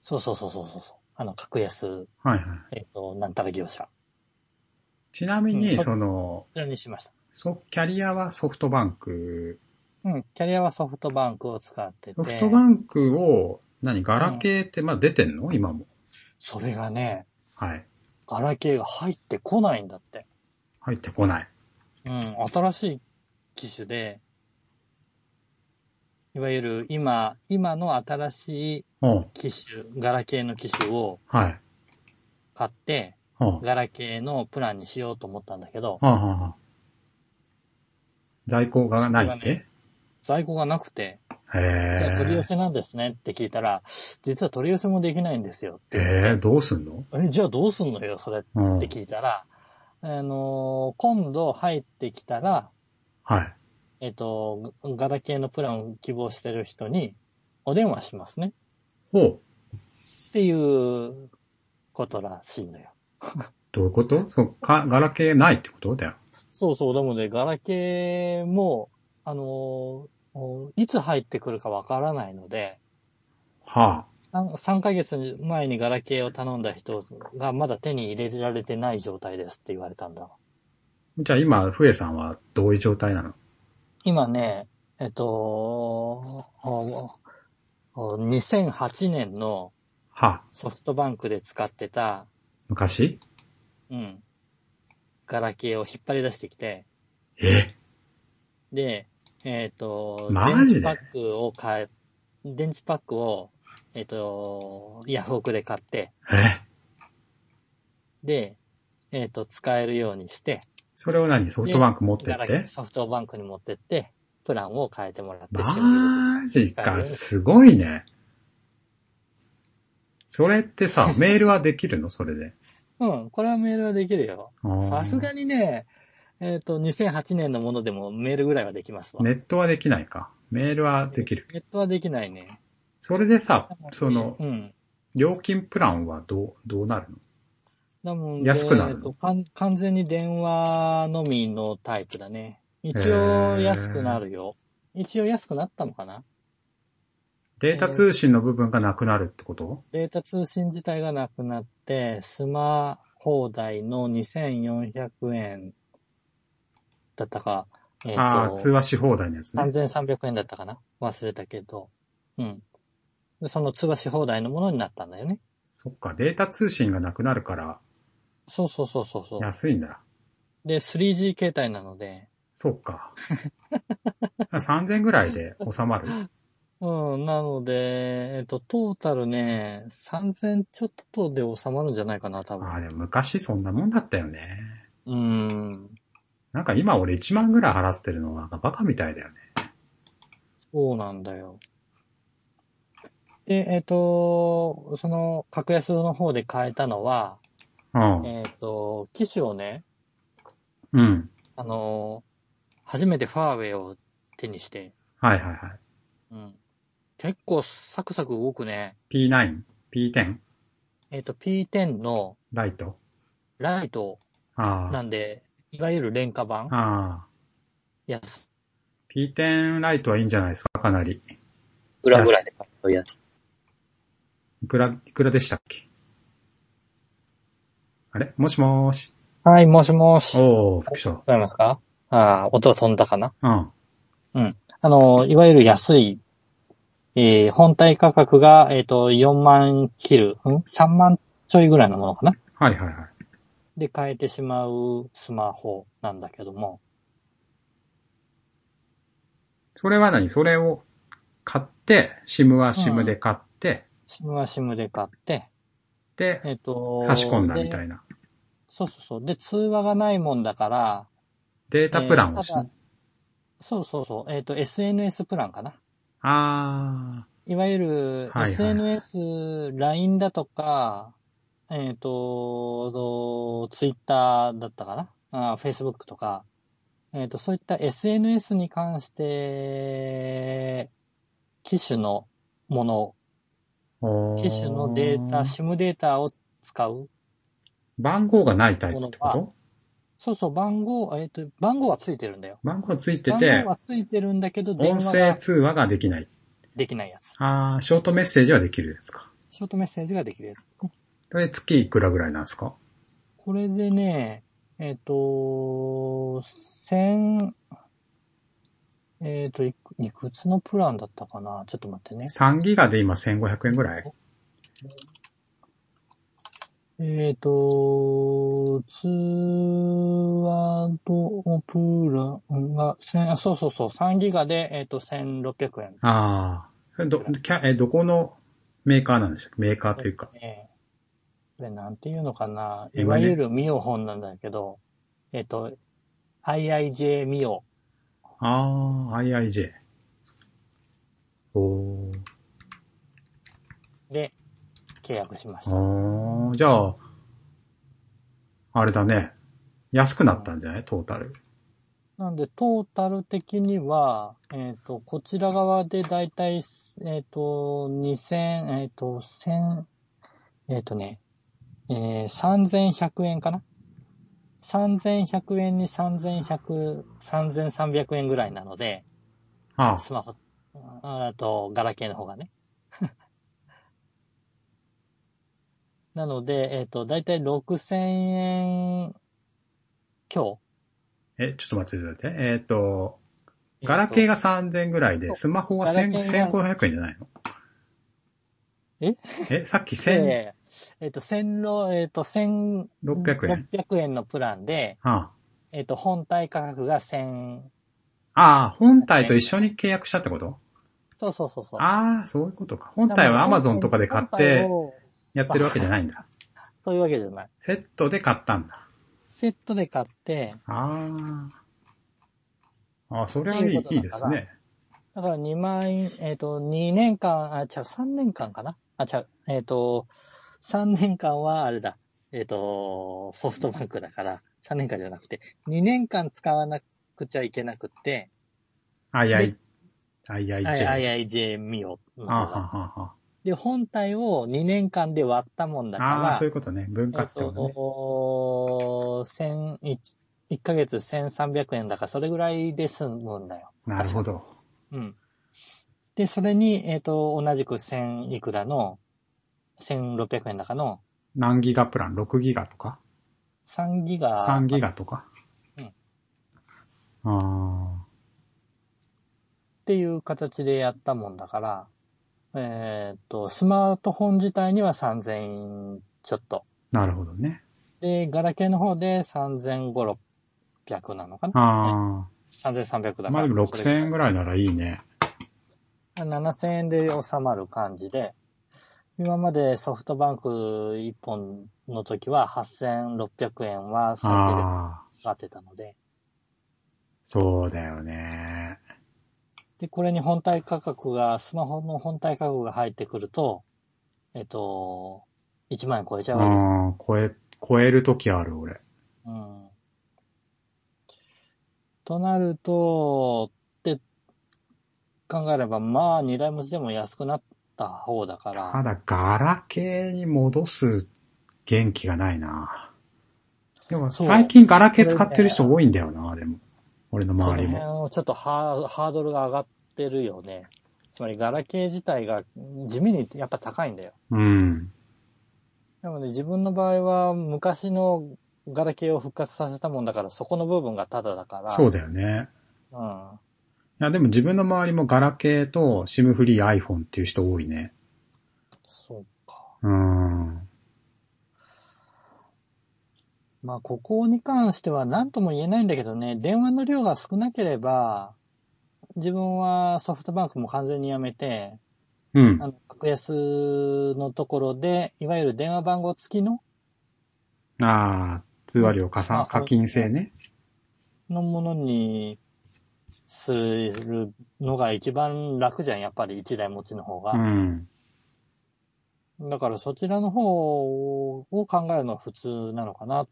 Speaker 2: そうそうそうそうそうそう、あの、格安、
Speaker 1: いはい。
Speaker 2: えっ、と、なんたら業者、
Speaker 1: ちなみに、
Speaker 2: うん
Speaker 1: その、
Speaker 2: こちらにしました。
Speaker 1: そ、キャリアはソフトバンク。
Speaker 2: うん、キャリアはソフトバンクを使ってて。
Speaker 1: ソフトバンクを、何ガラケーって、まあ出てんの今も。
Speaker 2: それがね、
Speaker 1: はい。
Speaker 2: ガラケーが入ってこないんだって。
Speaker 1: 入ってこない。
Speaker 2: うん、新しい機種で、いわゆる今、今の新しい
Speaker 1: うん。
Speaker 2: 機種、ガラケーの機種を
Speaker 1: はい。
Speaker 2: 買って、
Speaker 1: うん。は
Speaker 2: ガラケーのプランにしようと思ったんだけど、
Speaker 1: あ、はあはあ、在庫がないっ
Speaker 2: それが
Speaker 1: て
Speaker 2: 在庫がなくて、じゃ
Speaker 1: へ
Speaker 2: あ
Speaker 1: え。
Speaker 2: 取り寄せなんですねって聞いたら、実は取り寄せもできないんですよって言って
Speaker 1: ええ、どうすんの
Speaker 2: えじゃあどうすんのよ、それ
Speaker 1: うん。
Speaker 2: っ
Speaker 1: は
Speaker 2: て
Speaker 1: い。
Speaker 2: 聞いたら、あのー今度入ってきたら、えっと、ガラケーのプランを希望してる人にお電話しますね
Speaker 1: ほう。
Speaker 2: っていうことらしいのよ。
Speaker 1: どういうことそう、か、ガラケーないってことだよ。
Speaker 2: そうそう、でもね、ガラケーも、あのーいつ入ってくるかわからないので、
Speaker 1: は
Speaker 2: 3, 3ヶ月前にガラケーを頼んだ人がまだ手に入れられてない状態ですって言われたんだわ。
Speaker 1: あ。じゃあ今、ふえさんはどういう状態なの
Speaker 2: 今ね、えっと、おお2008年の
Speaker 1: はあ。
Speaker 2: ソフトバンクで使ってた、
Speaker 1: 昔
Speaker 2: うん、ガラケーを引っ張り出してきて、
Speaker 1: え
Speaker 2: で、えっ、と、
Speaker 1: マジで
Speaker 2: 電池パックを買え、電池パックを、えっ、と、ヤフオクで買って、
Speaker 1: え
Speaker 2: で、えっ、と、使えるようにして、
Speaker 1: それを何ソフトバンク持って
Speaker 2: ガ
Speaker 1: っ
Speaker 2: ラケー
Speaker 1: て
Speaker 2: ソフトバンクに持ってって、プランを変えてもらって、
Speaker 1: マ
Speaker 2: シム入れて
Speaker 1: ジか、すごいね。それってさ、メールはできるのそれで。
Speaker 2: うん、これはメールはできるよ。
Speaker 1: あー
Speaker 2: さすがにね、えっ、と、2008年のものでもメールぐらいはできますわ。
Speaker 1: ネットはできないか。メールはできる。
Speaker 2: ネットはできないね。
Speaker 1: それでさ、その
Speaker 2: う、ん。
Speaker 1: 料金プランはどう、どうなるの
Speaker 2: だもんで
Speaker 1: 安くなるの
Speaker 2: えっとかん完全に電話のみのタイプだね。一
Speaker 1: へ
Speaker 2: 応
Speaker 1: ー
Speaker 2: 安くなるよ。一応安くなったのかな
Speaker 1: データ通信の部分がなくなるってこと
Speaker 2: データ通信自体がなくなって、スマ放題の2400円だったか、えっ、
Speaker 1: ああ、通
Speaker 2: と、
Speaker 1: 話し放題のやつね。
Speaker 2: 3300円だったかな忘れたけど。うん。でその通話し放題のものになったんだよね。
Speaker 1: そっか、データ通信がなくなるから
Speaker 2: そうそうそうそうそう。
Speaker 1: 安いんだ。
Speaker 2: で、3G 携帯なので、
Speaker 1: そっ か。3000ぐらいで収まる。
Speaker 2: うん、なので、えっと、トータルね、3000ちょっとで収まるんじゃないかな、多
Speaker 1: ああ、
Speaker 2: 分。
Speaker 1: でも昔そんなもんだったよね。
Speaker 2: うん。
Speaker 1: なんか今俺1万ぐらい払ってるのはなんかバカみたいだよね。
Speaker 2: そうなんだよ。で、えっ、と、その、格安の方で変えたのは、
Speaker 1: うん。
Speaker 2: えっ、と、機種をね、
Speaker 1: うん。
Speaker 2: あの、初めてファーウェイを手にして、
Speaker 1: はいはいはい。
Speaker 2: うん。結構サクサク動くね。
Speaker 1: P9、P10、
Speaker 2: えっ、と、P10 の
Speaker 1: ライト。
Speaker 2: ライト
Speaker 1: あ
Speaker 2: なんで、いわゆる廉価版
Speaker 1: あ。ああ。
Speaker 2: 安
Speaker 1: P10 ライトはいいんじゃないですかかなり。
Speaker 2: 裏ぐらいで買うやつ。
Speaker 1: いくら、いくらでしたっけあれもしもーし。
Speaker 2: はい、もしもし。聞
Speaker 1: おー、副賞。
Speaker 2: こえますかああ、音飛んだかな
Speaker 1: うん。
Speaker 2: あの、いわゆる安い、えー本体価格が、えっ、と、4万切る、ん ?3 万ちょいぐらいのものかな
Speaker 1: はいはいはい。
Speaker 2: で、買えてしまうスマホなんだけども、
Speaker 1: それは何それを買って、SIM は SIM で買って、
Speaker 2: シムはシムで買って、
Speaker 1: で、
Speaker 2: えっ、と、
Speaker 1: 差し込んだみた
Speaker 2: で
Speaker 1: いな。
Speaker 2: そうそうそう。で、通話がないもんだから、
Speaker 1: データプランをし、
Speaker 2: えーただそうそうそう。えっ、と、SNS プランかな。
Speaker 1: あ
Speaker 2: いわゆる
Speaker 1: はいはい
Speaker 2: SNS、LINE だとか、えっ、と、Twitter だったかなあー ?Facebook とか、えっ、と、そういった SNS に関して、機種のもの、
Speaker 1: ー。おー
Speaker 2: 機種のデータ、SIM データを使う。
Speaker 1: 番号がないタイプってこ
Speaker 2: もの
Speaker 1: と
Speaker 2: そうそう、番号、えっ、と、番号はついてるんだよ。
Speaker 1: 番号ついて
Speaker 2: 番
Speaker 1: て
Speaker 2: 号、はついてるんだけど、電
Speaker 1: 音
Speaker 2: 話
Speaker 1: 声
Speaker 2: が
Speaker 1: 通話ができない。
Speaker 2: できないやつ。
Speaker 1: あー、ショートメッセージはできるやつか。
Speaker 2: ショートメッセージができるやつ。
Speaker 1: それ月いくらぐらいなんですか
Speaker 2: これでね、えっ、と、千、えっ、といく、いくつのプランだったかなちょっと待ってね。
Speaker 1: ?3 ギガで今1500円ぐらい
Speaker 2: えっ、と、ツアードプランが、千あそうそうそう、3ギガで、えっ、と、1600円。
Speaker 1: ああ。それど、キャえ、どこのメーカーなんでしたっけメーカーというか。
Speaker 2: えーこれなんていうのかな
Speaker 1: 今ね
Speaker 2: いわゆるミオ本なんだけど、えっ、と、IIJ ミオ。
Speaker 1: ああ、IIJ。おー。
Speaker 2: で契約しました。
Speaker 1: ああ、じゃあ、あれだね。安くなったんじゃないトータル。
Speaker 2: なんで、トータル的には、えっ、と、こちら側でだいたい、えっ、と、2000、えっ、と、1000、えっ、とね、えー、3100円かな ?3100 円に3100、3300円ぐらいなので、
Speaker 1: あ
Speaker 2: スマホ、ああと、ガラケーの方がね。 なので、えっ、と、だいたい6000円強。
Speaker 1: あ、え、ちょっと待ってくださいね。えっ、と、
Speaker 2: えーと
Speaker 1: ガラケーが3000ぐらいで、
Speaker 2: そう
Speaker 1: スマホが
Speaker 2: ガラケ
Speaker 1: 1000
Speaker 2: ーが
Speaker 1: 1500円じゃないの
Speaker 2: え
Speaker 1: え、さっき
Speaker 2: え
Speaker 1: 1600
Speaker 2: ええっ、と、千六えっ、と、千
Speaker 1: 円。
Speaker 2: 600円のプランで、
Speaker 1: あ
Speaker 2: えっ、と、本体価格が千
Speaker 1: あ、ああ本体と一緒に契約したってこと
Speaker 2: そうそうそうそう。
Speaker 1: ああ、そういうことか。本体は Amazon とかで買っ
Speaker 2: 本体
Speaker 1: て
Speaker 2: を
Speaker 1: やってるわけじゃないんだ。
Speaker 2: そういうわけじゃない。
Speaker 1: セットで買ったんだ。
Speaker 2: セットで買って、
Speaker 1: ああ。あ、それはいい
Speaker 2: って
Speaker 1: いい
Speaker 2: い
Speaker 1: うで
Speaker 2: ことだ
Speaker 1: す
Speaker 2: から
Speaker 1: ね。
Speaker 2: だから2万円、えっ、と、2年間、あ、ちゃう、3年間かなあ、ちゃう、えっ、と、3年間はあれだ、えっ、と、ソフトバンクだから、3年間じゃなくて、2年間使わなくちゃいけなくって、
Speaker 1: あいあい
Speaker 2: で。
Speaker 1: あいあい
Speaker 2: あ
Speaker 1: ちゃい。
Speaker 2: IIJ ミオ
Speaker 1: あ
Speaker 2: の方が。
Speaker 1: はは
Speaker 2: で、本体を2年間で割ったもんだか
Speaker 1: ああー、
Speaker 2: ら、
Speaker 1: そういうことね。分
Speaker 2: えっ
Speaker 1: 割ってことね。
Speaker 2: と、千一1ヶ月1300円だから、それぐらいで済むんだよ。
Speaker 1: なるほど。
Speaker 2: うん。で、それに、えっ、と、同じく1000いくらの、1600円高の
Speaker 1: 何ギガプラン ?6 ギガとか
Speaker 2: 3ギガ。
Speaker 1: ?3 ギガとか
Speaker 2: うん。
Speaker 1: ああ。
Speaker 2: っていう形でやったもんだから、えーっと、スマートフォン自体には3000ちょっと。
Speaker 1: なるほどね。
Speaker 2: で、ガラケーの方で3500、600なのかな
Speaker 1: あ
Speaker 2: 3300だか
Speaker 1: あ。
Speaker 2: ら。
Speaker 1: まあでも6000円ぐらいならいいね。
Speaker 2: 7000円で収まる感じで、今までソフトバンク1本の時は8600円は最低で
Speaker 1: ああ。
Speaker 2: 使ってたので、
Speaker 1: そうだよね。
Speaker 2: で、これに本体価格が、スマホの本体価格が入ってくると、えっと、1万円超えちゃうわけですよ
Speaker 1: ああ、超え、超えるときある俺。
Speaker 2: うんとなると、って考えれば、まあ、二台持ちでも安くなった方だか
Speaker 1: た
Speaker 2: ら、
Speaker 1: だ、ガラケーに戻す元気がないな。でも、
Speaker 2: そう
Speaker 1: 最近ガラケー使ってる人多いんだよな、でも。俺の
Speaker 2: この
Speaker 1: 周り
Speaker 2: 辺
Speaker 1: も。
Speaker 2: をちょっとハーハードルが上がってるよね。つまり、ガラケー自体が地味にやっぱ高いんだよ。
Speaker 1: うん。
Speaker 2: なので、自分の場合は昔のガラケーを復活させたもんだから、そこの部分がタダだから、
Speaker 1: そうだよね。
Speaker 2: うん。
Speaker 1: いや、でも自分の周りもガラケーと SIM フリー iPhone っていう人多いね。
Speaker 2: そうか。
Speaker 1: うん。
Speaker 2: まあ、ここに関しては何とも言えないんだけどね、電話の量が少なければ、自分はソフトバンクも完全にやめて、
Speaker 1: うん
Speaker 2: あ。の、格安のところで、いわゆる電話番号付きの、
Speaker 1: ああ、通話料加算、課金制ね。
Speaker 2: のものにするのが一番楽じゃん、やっぱり一台持ちの方
Speaker 1: う
Speaker 2: が。
Speaker 1: ん。
Speaker 2: だからそちらの方を考えるのは普通なのかなっ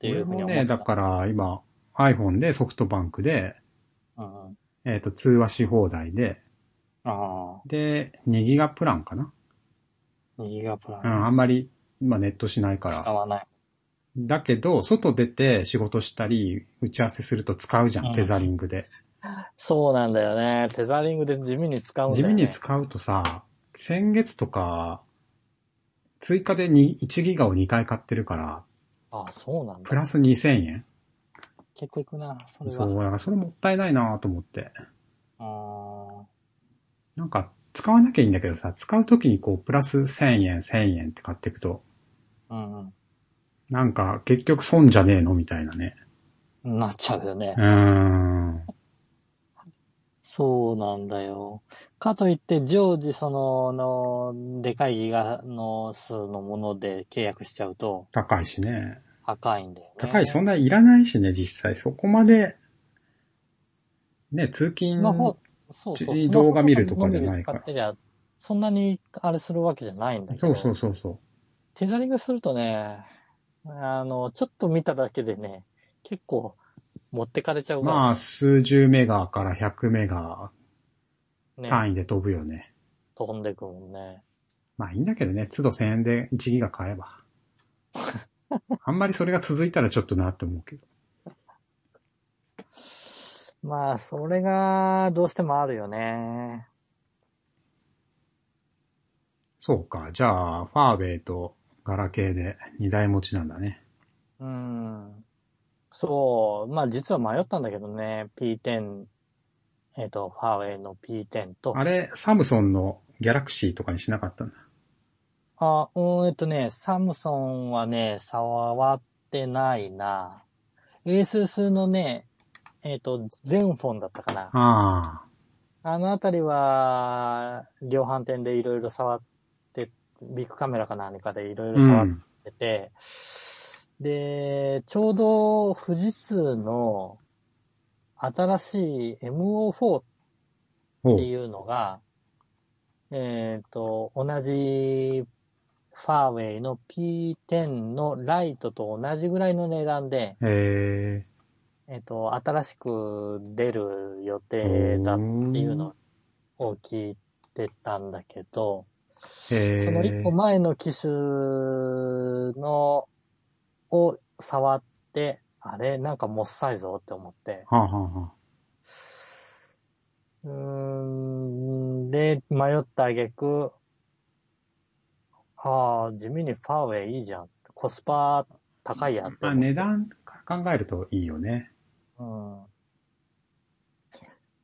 Speaker 2: てい
Speaker 1: 俺
Speaker 2: うふうに
Speaker 1: も
Speaker 2: 思った。
Speaker 1: ね、だから今 iPhone でソフトバンクで、
Speaker 2: うんうん。
Speaker 1: えっ、と、通話し放題で、
Speaker 2: あ
Speaker 1: で、2ギガプランかな。
Speaker 2: あ、ギガプラ
Speaker 1: う
Speaker 2: ン
Speaker 1: ん、あんまり、まあネットしないか
Speaker 2: 使
Speaker 1: ら。
Speaker 2: わない。
Speaker 1: だけど、外出て仕事したり、打ち合わせすると使うじゃ、
Speaker 2: うんん
Speaker 1: テザリングで。
Speaker 2: そうなんだよね。テザリングで地味に使うんだ
Speaker 1: 地
Speaker 2: よ
Speaker 1: 味
Speaker 2: ね。
Speaker 1: に使うとさ、先月とか、追加でに1ギガを2回買ってるから、
Speaker 2: あそうなん
Speaker 1: プ
Speaker 2: だ。
Speaker 1: ラス2000円
Speaker 2: 結構いくな、それは。
Speaker 1: そう、だからそれもったいないなと思って。
Speaker 2: あ
Speaker 1: なんか、使わなきゃいいんだけどさ、使うときにこう、プラス1000円、1000円って買っていくと、
Speaker 2: ーうん
Speaker 1: なんか、結局損じゃねえのみたいなね。
Speaker 2: うん。なっちゃうよね
Speaker 1: う。ーん。
Speaker 2: そうなんだよ。かといって、常時その、の、でかいギガの数のもので契約しちゃうと、
Speaker 1: 高いしね。
Speaker 2: 高いんだよね。
Speaker 1: 高い、そんないらないしね、実際。そこまで、ね、通勤。
Speaker 2: スマホ、そうそう。
Speaker 1: ち
Speaker 2: スマホ
Speaker 1: 動画見るとかじゃないから
Speaker 2: のみで使ってりゃ、そんなにあれするわけじゃないんだけど。
Speaker 1: そうそうそうそ
Speaker 2: テザリングするとね、あの、ちょっと見ただけでね、結構持ってかれちゃ
Speaker 1: う。
Speaker 2: うから、
Speaker 1: まあ、数十メガから百メガ
Speaker 2: ね、
Speaker 1: 単位で飛ぶよね。
Speaker 2: 飛んでくもんね。
Speaker 1: まあいいんだけどね、都度1000円で1ギガ買え ば。あんまりそれが続いたらちょっとなって思うけど。
Speaker 2: まあ、それがどうしてもあるよね。
Speaker 1: そうか、じゃあ、ファーウェイとガラケーで2台持ちなんだね。
Speaker 2: うん。そう。まあ、実は迷ったんだけどね。P10、えっ、と、ファーウェイの P10 と。
Speaker 1: あれ、サムソンのギャラクシーとかにしなかったんだ。
Speaker 2: あ、うん、えっとね、サムソンはね、触ってないな。ASUS のね、えっ、と、全フォンだったかな。
Speaker 1: ああ、
Speaker 2: あのあたりは、量販店でいろいろ触って、ビッグカメラか何かでいろいろ
Speaker 1: う
Speaker 2: 触っ
Speaker 1: ん。
Speaker 2: てて、で、ちょうど富士通の新しい MO4 っ
Speaker 1: おう
Speaker 2: ていうのが、えっ、と、同じファーウェイの P10 のライトと同じぐらいの値段で、
Speaker 1: へえ。
Speaker 2: えっ、と、新しく出る予定だっていうのを聞いてたんだけど、
Speaker 1: へえ。
Speaker 2: その一個前の機種の、を触って、あれなんかもっさいぞって思って。
Speaker 1: はあ、はあはあ、
Speaker 2: うーん、で、で、迷った挙句、ああ、地味にファーウェイいいじゃん。コスパ高いやって
Speaker 1: まあ
Speaker 2: 思って
Speaker 1: 値段考えるといいよね。
Speaker 2: うん。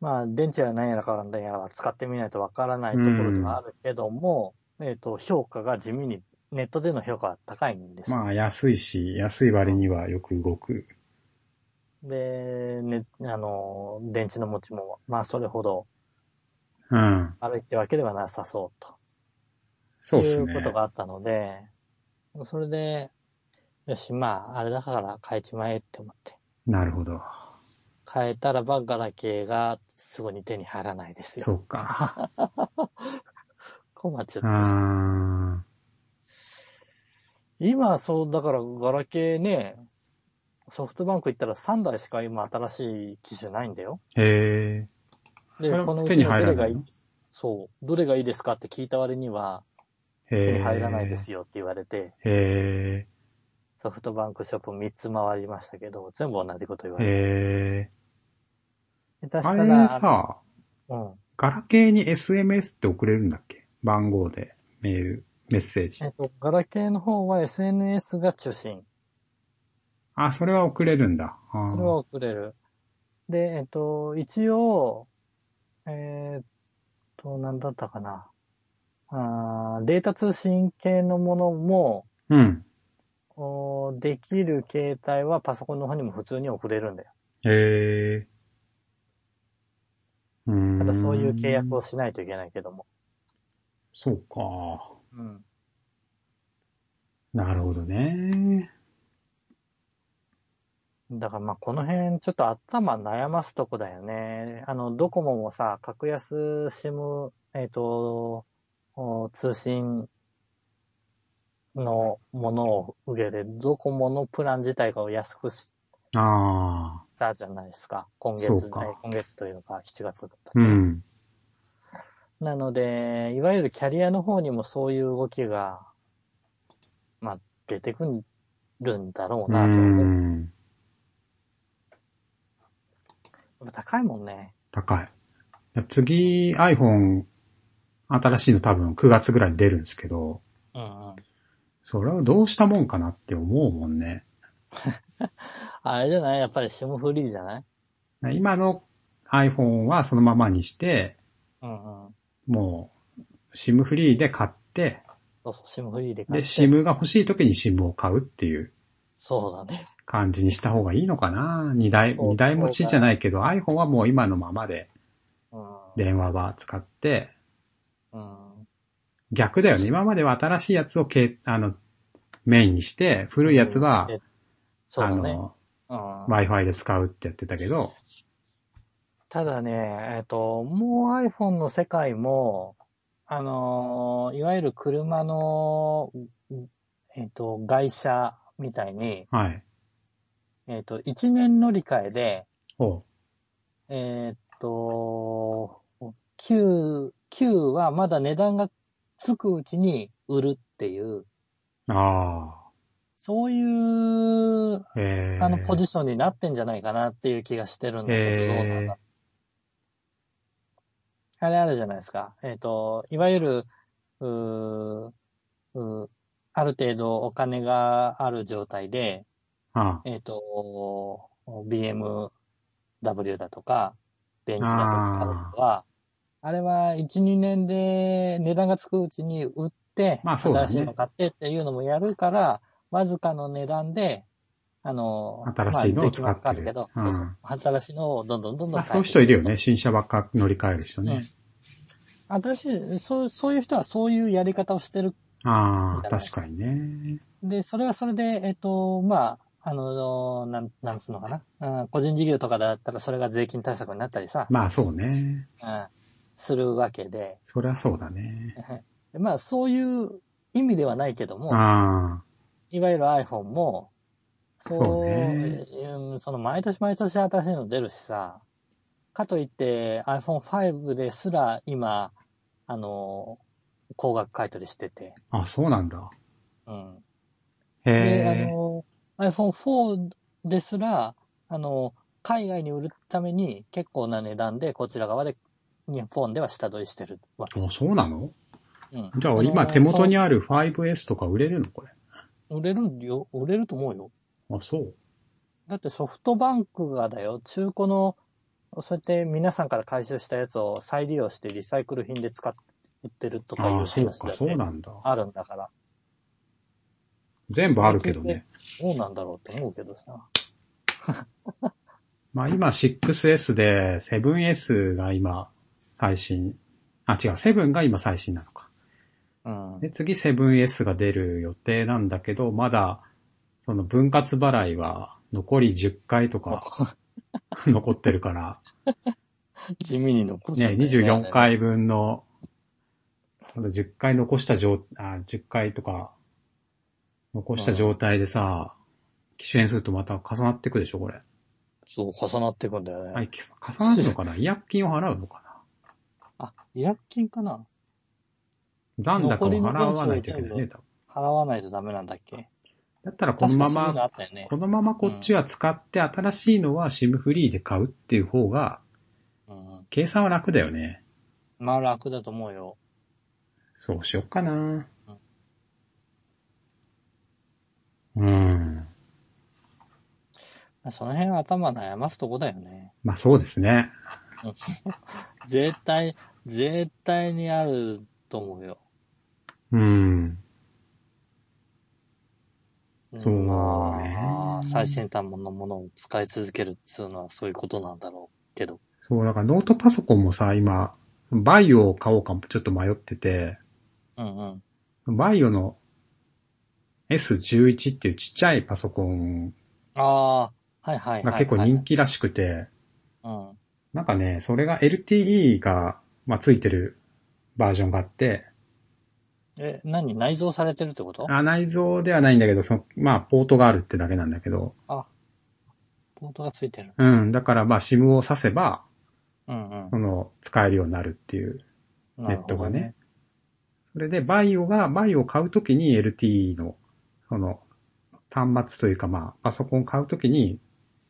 Speaker 2: まあ、電池や何やらからんだやらは使ってみないとわからないところではあるけども、えっ、と、評価が地味に、ネットでの評価が高いんですよ。
Speaker 1: まあ安いし、安い割にはよく動く。
Speaker 2: で、ね、あの、電池の持ちも、まあ、それほど
Speaker 1: うん。
Speaker 2: 悪いってわけではなさそうと。
Speaker 1: そうで
Speaker 2: い
Speaker 1: す
Speaker 2: う
Speaker 1: ね
Speaker 2: こ。とがあったので、それで、よし、まあ、あれだから変えちまえって思って。
Speaker 1: なるほど。
Speaker 2: 変えたらば、ガラケーがすぐに手に入らないですよ。
Speaker 1: そうか。
Speaker 2: 困っちゃっ
Speaker 1: うー
Speaker 2: た。
Speaker 1: ん。
Speaker 2: 今、そう、だから、ガラケーね、ソフトバンク行ったら3台しか今新しい機種ないんだよ。
Speaker 1: へえ。
Speaker 2: で、
Speaker 1: これ
Speaker 2: このう
Speaker 1: 手
Speaker 2: ち
Speaker 1: に
Speaker 2: の
Speaker 1: 入
Speaker 2: ど
Speaker 1: ら
Speaker 2: れ
Speaker 1: な
Speaker 2: が
Speaker 1: い
Speaker 2: い
Speaker 1: の
Speaker 2: いそう、どれがいいですかって聞いた割には、
Speaker 1: へえ。
Speaker 2: 手に入らないですよって言われて、
Speaker 1: へ
Speaker 2: ソフトバンクショップ3つ回りましたけど、全部同じこと言わ
Speaker 1: え。へえ。
Speaker 2: れて。下手
Speaker 1: あ
Speaker 2: した
Speaker 1: れ
Speaker 2: ら、
Speaker 1: さ、
Speaker 2: うん。
Speaker 1: ガラケーに SMS って送れるんだっけ番号で、メール、メッセージ
Speaker 2: えっ。と、ガラケーの方は SNS が中心。
Speaker 1: あ、それは送れるんだ。あー
Speaker 2: それは送れる。で、えっと、一応、えーっと、なんだったかな。あーデータ通信系のものも、
Speaker 1: うん。
Speaker 2: おーできる携帯はパソコンの方にも普通に送れるんだよ。
Speaker 1: へえ。うーん。
Speaker 2: ただそういう契約を。しないといけないけども。
Speaker 1: そうか。
Speaker 2: うん。
Speaker 1: なるほどね。
Speaker 2: だからまあこの辺ちょっと頭悩ますとこだよね。あの、ドコモもさ、格安シム、えっ、と、お通信のものを受けて、ドコモのプラン自体が安くし
Speaker 1: ああ。
Speaker 2: たじゃないですか。今月、
Speaker 1: そうか
Speaker 2: えー今月というか7月だったけ
Speaker 1: う
Speaker 2: ど
Speaker 1: ん。
Speaker 2: なので、いわゆるキャリアの方にもそういう動きが、まあ出てくるんだろう
Speaker 1: う
Speaker 2: なと思う。やっ
Speaker 1: ん。
Speaker 2: ぱ高いもんね。
Speaker 1: 高い。次、iPhone、新しいの多分9月ぐらいに出るんですけど、
Speaker 2: うんうん。
Speaker 1: それをどうしたもんかなって思うもんね。
Speaker 2: あれじゃないやっぱりシムフリーじゃない
Speaker 1: 今の iPhone はそのままにして、
Speaker 2: うんうん。
Speaker 1: もう、SIM フリーで買って、
Speaker 2: そうそう、シムフリーで買
Speaker 1: で、
Speaker 2: って。
Speaker 1: SIM が欲しい時に SIM を買うっていう
Speaker 2: そうだね。
Speaker 1: 感じにした方がいいのかな二台、
Speaker 2: そう
Speaker 1: 二台持ちじゃないけど、iPhone はもう今のままで
Speaker 2: うん。
Speaker 1: 電話は使って、
Speaker 2: うん。
Speaker 1: 逆だよね。今までは新しいやつをけ、あの、メインにして、古いやつは、
Speaker 2: え、そう
Speaker 1: あ
Speaker 2: だね。
Speaker 1: の、
Speaker 2: うん。
Speaker 1: Wi-Fi で使うってやってたけど、
Speaker 2: ただね、えっと、もう iPhone の世界も、あのー、いわゆる車の、えっと、外車みたいに、
Speaker 1: はい。
Speaker 2: えっと、1年乗り換えで、
Speaker 1: おう
Speaker 2: えっと、9、9はまだ値段がつくうちに売るっていう、
Speaker 1: あ
Speaker 2: そういう、
Speaker 1: あ、えー、
Speaker 2: あの、ポジションになってんじゃないかなっていう気がしてるんだけど、どうなん
Speaker 1: え
Speaker 2: だあれあるじゃないですか。えっ、と、いわゆる、うーうーある程度お金がある状態で、
Speaker 1: ー、あ
Speaker 2: えっ、と、BMW だとか、ベンチだと
Speaker 1: あー
Speaker 2: か買うのは、あれは1、2年で値段がつくうちに売って、
Speaker 1: まあそうだね
Speaker 2: 新しいの買ってっていうのもやるから、わずかの値段で、あの、
Speaker 1: 新しいのを使ってる
Speaker 2: まあ税金はかかるけど、そう
Speaker 1: うん
Speaker 2: そう新しいのをどんどんどんどん
Speaker 1: まあ、
Speaker 2: 買
Speaker 1: そういう人いるよね。新車ばっか乗り換える人ね。
Speaker 2: 私、そう、そういう人はそういうやり方をしてる。
Speaker 1: あ
Speaker 2: い
Speaker 1: あ、
Speaker 2: ただい
Speaker 1: 確
Speaker 2: て
Speaker 1: かにね。
Speaker 2: で、それはそれで、えっと、まあ、あの、なん、なんつうのかな。うん個人事業とかだったらそれが税金対策になったりさ、
Speaker 1: まあそうね。
Speaker 2: うん、するわけで。
Speaker 1: そりゃそうだね。
Speaker 2: でまあ、そういう意味ではないけども、
Speaker 1: ああ、
Speaker 2: いわゆる iPhone も、そう、
Speaker 1: そうね
Speaker 2: うんその毎年毎年新しいの出るしさ、かといって iPhone5 ですら今、あの、高額買い取りしてて、
Speaker 1: あ、そうなんだ。
Speaker 2: うん。で、あ
Speaker 1: へえ。
Speaker 2: の、iPhone4 ですら、あの、海外に売るために結構な値段でこちら側で日本では下取りしてるわけ
Speaker 1: あ、そうなの
Speaker 2: うん
Speaker 1: じゃあ今手元に
Speaker 2: あ
Speaker 1: ある 5S とか売れるのこれ。
Speaker 2: の売れるよ、売れると思うよ。
Speaker 1: あ、そう。
Speaker 2: だってソフトバンクがだよ、中古の、そうやって皆さんから回収したやつを再利用してリサイクル品で使って売ってるとかいう
Speaker 1: ああ、
Speaker 2: 話
Speaker 1: そう
Speaker 2: だ
Speaker 1: か、
Speaker 2: よ
Speaker 1: そう
Speaker 2: ね。
Speaker 1: なんだ。
Speaker 2: あるんだから。
Speaker 1: 全部あるけどね。
Speaker 2: どうなんだろうって思うけどさ。
Speaker 1: まあ今 6S で 7S が今最新。あ、違う、7が今最新なのか。
Speaker 2: うん。
Speaker 1: で、次 7S が出る予定なんだけど、まだ、その分割払いは残り10回と か残ってるから、
Speaker 2: 地味に残って
Speaker 1: ね、24。回分の、あと10回残した状、あ、10回とか残した状態でさ、機種変するとまた重なってくでしょ、これ。
Speaker 2: そう、重なっていくんだよね。
Speaker 1: あれ、き重なるのかな違約金を払うのかな
Speaker 2: あ、違約金かな
Speaker 1: 残高を払わないといけない
Speaker 2: 残りの分数を全
Speaker 1: ね、
Speaker 2: 部
Speaker 1: 多分
Speaker 2: 払わないとダメなんだっけ
Speaker 1: だったらこのま
Speaker 2: 確かそういうの
Speaker 1: ま、
Speaker 2: あったよね
Speaker 1: こ。のままこっちは使って新しいのは SIM フリーで買うっていう方が、
Speaker 2: うん。
Speaker 1: 計算は楽だよね。
Speaker 2: まあ楽だと思うよ。
Speaker 1: そうしよっかな。うん。
Speaker 2: その辺は頭悩ますとこだよね。
Speaker 1: まあそうですね。
Speaker 2: 絶対、絶対にあると思うよ。
Speaker 1: うん。
Speaker 2: うん
Speaker 1: そうね
Speaker 2: まあ、最先端のものを使い続けるっていうのはそういうことなんだろうけど。
Speaker 1: そう、だからノートパソコンもさ、今、バイオを買おうかもちょっと迷ってて、
Speaker 2: うんうん。
Speaker 1: バイオの S11 っていうちっちゃいパソコン
Speaker 2: ああ、はいはいはい、
Speaker 1: が
Speaker 2: はい。
Speaker 1: 結構人気らしくて、
Speaker 2: うん。
Speaker 1: なんかね、それが LTE が、まあ、ついてるバージョンがあって、
Speaker 2: え、何内蔵されてるってこと
Speaker 1: あ内蔵ではないんだけど、その、まあ、ポートがあるってだけなんだけど、
Speaker 2: ポートがついてる。
Speaker 1: うん、だからまあ、SIM を挿せば、
Speaker 2: うん
Speaker 1: その、使えるようになるっていう、
Speaker 2: うん。
Speaker 1: ネットがね。。それで、バイオが、バイオを買うときに LTE の、その、端末というかまあ、パソコン買うときに、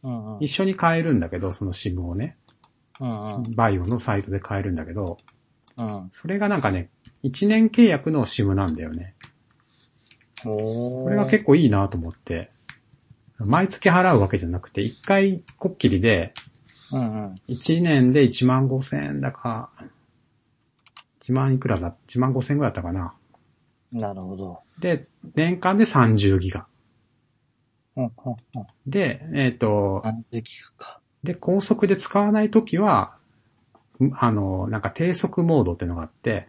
Speaker 2: うんうん
Speaker 1: 一。緒に買えるんだけど、その SIM をね、
Speaker 2: うんうん。
Speaker 1: バイオのサイトで買えるんだけど、
Speaker 2: うん。
Speaker 1: それがなんかね、1年契約の SIM なんだよね。
Speaker 2: お
Speaker 1: これが結構いいなと思って、毎月払うわけじゃなくて、一回こっきりで、
Speaker 2: 構。うんうん。
Speaker 1: 1年で1万5千円だか、1万いくらだ、1万5千円ぐらいだったかな。
Speaker 2: なるほど。
Speaker 1: で、年間で30ギガ。
Speaker 2: うんうんうん。
Speaker 1: で、えっ、と、
Speaker 2: あ、できるか。
Speaker 1: で、高速で使わないときは、んあの、なんか低速モードってのがあって、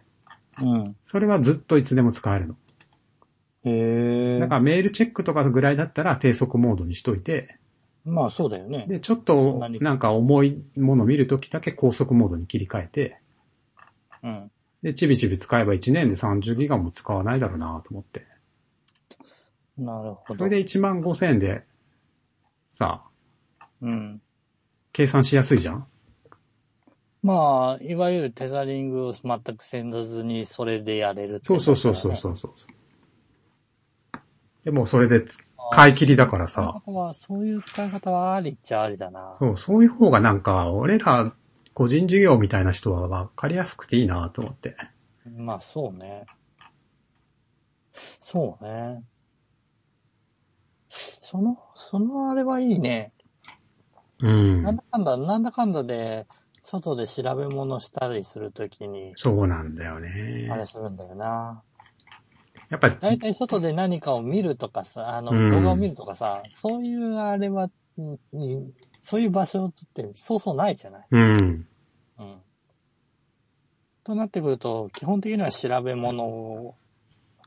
Speaker 2: うん。
Speaker 1: それはずっといつでも使えるの。
Speaker 2: へえ。
Speaker 1: だからメールチェックとかぐらいだったら低速モードにしといて、
Speaker 2: まあそうだよね。
Speaker 1: で、ちょっ
Speaker 2: そん
Speaker 1: と
Speaker 2: なに
Speaker 1: なんか重いもの見るときだけ高速モードに切り替えて、
Speaker 2: うん。
Speaker 1: で、ちびちび使えば1年で30ギガも使わないだろうなと思って。
Speaker 2: なるほど。
Speaker 1: それで1万5千円で、さあ、
Speaker 2: うん。
Speaker 1: 計算しやすいじゃん
Speaker 2: まあ、いわゆるテザリングを全くせんずにそれでやれるって
Speaker 1: そうそうそう
Speaker 2: こと
Speaker 1: そ
Speaker 2: だ
Speaker 1: う
Speaker 2: ね
Speaker 1: そうそう。でもそれでつ
Speaker 2: あー
Speaker 1: 買い切りだから
Speaker 2: そうい
Speaker 1: さ、
Speaker 2: う使い方は、そういう使い方はありっちゃありだな。
Speaker 1: そう、そういう方がなんか、俺ら個人事業みたいな人は分かりやすくていいなと思って。
Speaker 2: まあそうね。そうね。その、そのあれはいいね。
Speaker 1: うん
Speaker 2: なん。だかんだ、なんだかんだで、外で調べ物したりするときに、
Speaker 1: そうなんだよ
Speaker 2: あ
Speaker 1: ね
Speaker 2: れ。するんだよな。
Speaker 1: やっぱり、
Speaker 2: だいたい外で何かを見るとかさ、あ
Speaker 1: うん
Speaker 2: の、動画を見るとかさ、そういうあれは、うんうんそういう場所ってそうそうないじゃない
Speaker 1: うん。
Speaker 2: うん。となってくると、基本的には調べ物を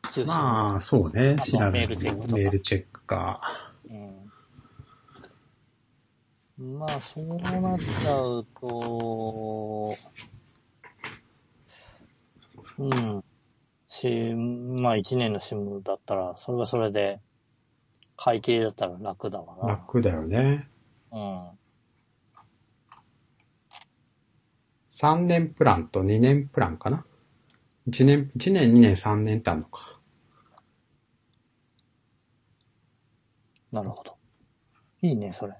Speaker 2: 中心に
Speaker 1: まあ、そうね。
Speaker 2: あと
Speaker 1: 調べ
Speaker 2: メールチェックとか
Speaker 1: メールチェックか。
Speaker 2: うんまあ、そうなっちゃうと、うん。し、まあ、一年の新聞だったら、それはそれで、会計だったら楽だわ
Speaker 1: 楽だよね。
Speaker 2: な。
Speaker 1: 3年プランと2年プランかな。1年、1年、2年、3年ってあるのか。
Speaker 2: うん。なるほど。いいね、それ。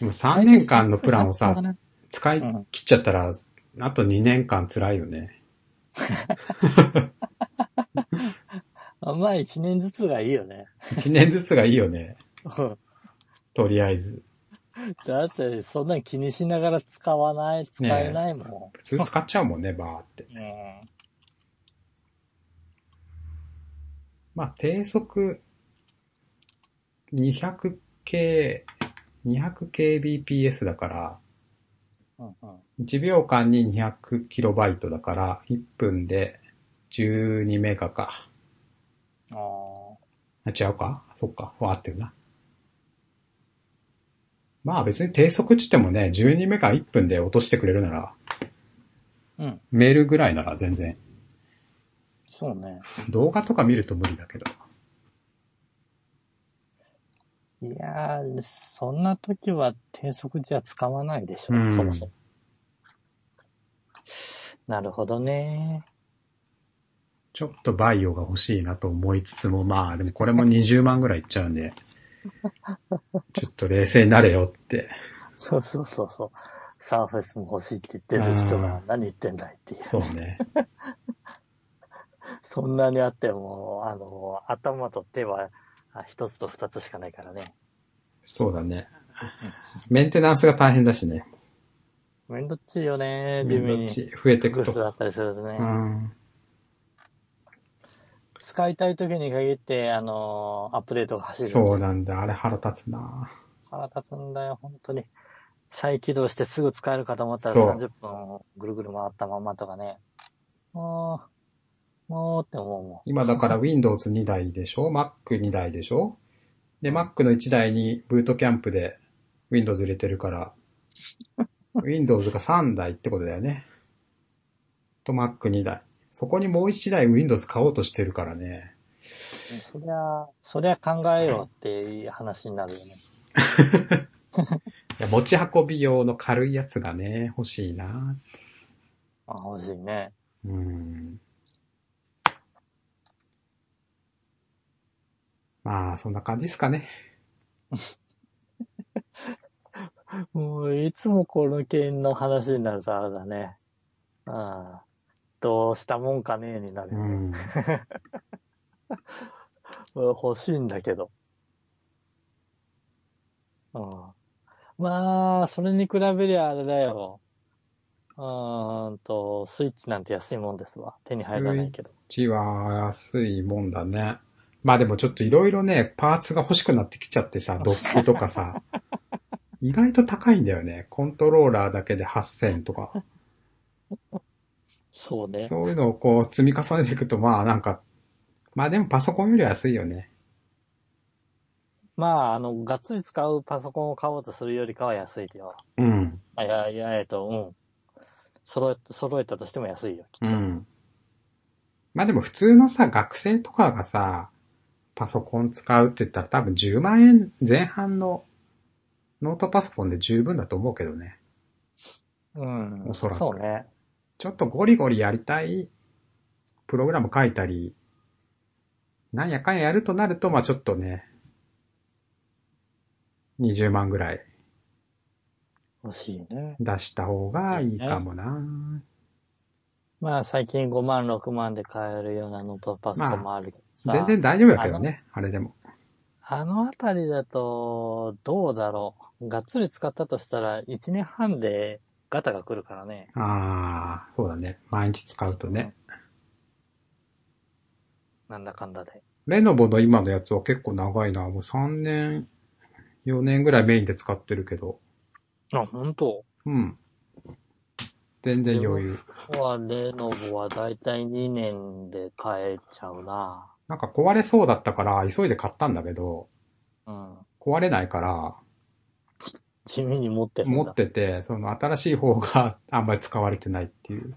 Speaker 1: でも3年間のプランを
Speaker 2: う
Speaker 1: さ、
Speaker 2: ん
Speaker 1: 使い切っちゃったら、あと2年間辛いよね。
Speaker 2: あ まあ一年ずつがいいよね。
Speaker 1: 1年ずつがいいよね。
Speaker 2: うん
Speaker 1: とりあえず。
Speaker 2: だって、そんなん気にしながら使わない、使えないも
Speaker 1: 普通使っちゃうもんね、バーって。
Speaker 2: ん。うん
Speaker 1: まあ、低速 200K、200kbps だから、
Speaker 2: うんうん
Speaker 1: 1秒間に 200kB だから、1分で12メガか。
Speaker 2: あー
Speaker 1: あ、違うかそっか。わ合ってるな。まあ別に低速値ってもね、12メガ1分で落としてくれるなら、
Speaker 2: うん、
Speaker 1: メールぐらいなら全然。
Speaker 2: そうね。
Speaker 1: 動画とか見ると無理だけど。
Speaker 2: いやー、そんな時は低速じゃ使わないでしょ、
Speaker 1: うん
Speaker 2: そもそも。なるほどね。
Speaker 1: ちょっとバイオが欲しいなと思いつつも、まあでもこれも20万ぐらいいっちゃうんで、ちょっと冷静になれよって。
Speaker 2: そうそうそうそう。サーフェスも欲しいって言ってる人が何言ってんだいっていう。
Speaker 1: そうね。
Speaker 2: そんなにあっても、あの、頭と手はあ一つと二つしかないからね。
Speaker 1: そうだね。メンテナンスが大変だしね。
Speaker 2: めんどっちいよね、地
Speaker 1: ど
Speaker 2: 味
Speaker 1: っ
Speaker 2: に。
Speaker 1: ち増えてい
Speaker 2: グ
Speaker 1: く
Speaker 2: ス
Speaker 1: と。
Speaker 2: だったりするとね。
Speaker 1: うん。
Speaker 2: 使いたい時に限って、あの、アップデートが走るんですよ
Speaker 1: そうなんだ。あれ腹立つな
Speaker 2: 腹立つんだよ、本当に。再起動してすぐ使えるかと思ったら
Speaker 1: そう
Speaker 2: 30分ぐるぐる回ったまんまとかね。もう、もうって思うも
Speaker 1: 今だから Windows2 台でしょ ?Mac2 台でしょで、Mac の1台にブートキャンプで Windows 入れてる から、Windows が3台ってことだよね。と Mac2 台。そこにもう1台 Windows 買おうとしてるからね。
Speaker 2: ん。そりゃ、そりゃ考えようっていう話になるよね。
Speaker 1: いや持ち運び用の軽いやつがね、欲しいな
Speaker 2: あ、欲しいね。
Speaker 1: うん。まあ、そんな感じですかね。
Speaker 2: もう、いつもこの件の話になるとあれだね。うん。どうしたもんかねえになる
Speaker 1: う
Speaker 2: よね。
Speaker 1: ん。
Speaker 2: 欲しいんだけど。うん。まあ、それに比べりゃあれだよ。うーんと、スイッチなんて安いもんですわ。手に入らないけど。
Speaker 1: こっちは安いもんだね。まあでもちょっといろいろね、パーツが欲しくなってきちゃってさ、ドックとかさ、意外と高いんだよね。コントローラーだけで8000とか。
Speaker 2: そうね。
Speaker 1: そういうのをこう積み重ねていくと、まあなんか、まあでもパソコンよりは安いよね。
Speaker 2: まあ、あの、がっつり使うパソコンを買おうとするよりかは安いよ。
Speaker 1: うん。
Speaker 2: あいや、いや、えっと、うん。揃え、揃えたとしても安いよ。
Speaker 1: うん。まあでも普通のさ、学生とかがさ、パソコン使うって言ったら多分10万円前半のノートパソコンで十分だと思うけどね。
Speaker 2: うん。
Speaker 1: おそらく
Speaker 2: そうね。
Speaker 1: ちょっとゴリゴリやりたいプログラム書いたり、なんやかんややるとなると、まあちょっとね、20万ぐらい
Speaker 2: 欲しいね。
Speaker 1: 出した方がいいかもな。
Speaker 2: まあ、最近5万、6万で買えるようなノートパソコンもあるけどさ。
Speaker 1: 全然大丈夫やけどね、あれでも。
Speaker 2: あのあたりだと、どうだろう。がっつり使ったとしたら、1年半でガタが来るからね。
Speaker 1: ああ、そうだね。毎日使うとね。
Speaker 2: なんだかんだで。
Speaker 1: レノボの今のやつは結構長いな。もう3年、4年ぐらいメインで使ってるけど。
Speaker 2: あ、本当。
Speaker 1: うん。全然余裕。
Speaker 2: コアレノボはだいたい2年で買えちゃうな。
Speaker 1: なんか壊れそうだったから、急いで買ったんだけど、
Speaker 2: うん。
Speaker 1: 壊れないから、
Speaker 2: 地味に持ってるんだ。
Speaker 1: 持ってて、その新しい方が あんまり使われてないっていう。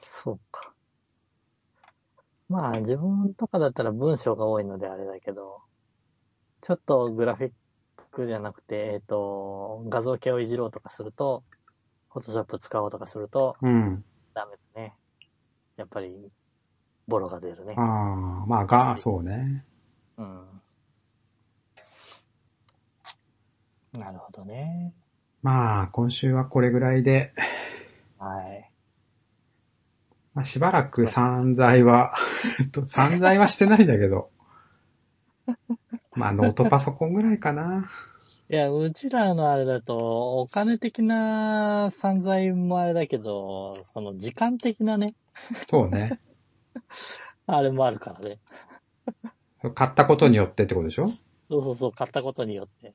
Speaker 2: そうか。まあ、自分とかだったら文章が多いのであれだけど、ちょっとグラフィックじゃなくて、えっ、と、画像系をいじろうとかすると、フォトショップ使おうとかすると、
Speaker 1: うん。
Speaker 2: ダメだね。やっぱり、ボロが出るね
Speaker 1: あ。あ、まあが、そうね。
Speaker 2: うん。なるほどね。
Speaker 1: まあ、今週はこれぐらいで、
Speaker 2: はい。
Speaker 1: まあ、しばらく散財は、 えっと散財はしてないんだけど。まあ、ノートパソコンぐらいかな。
Speaker 2: いや、うちらのあれだと、お金的な散財もあれだけど、その時間的なね、
Speaker 1: そうね。
Speaker 2: あれもあるからね。
Speaker 1: 買ったことによってってことでしょ
Speaker 2: そうそうそう、買ったことによって。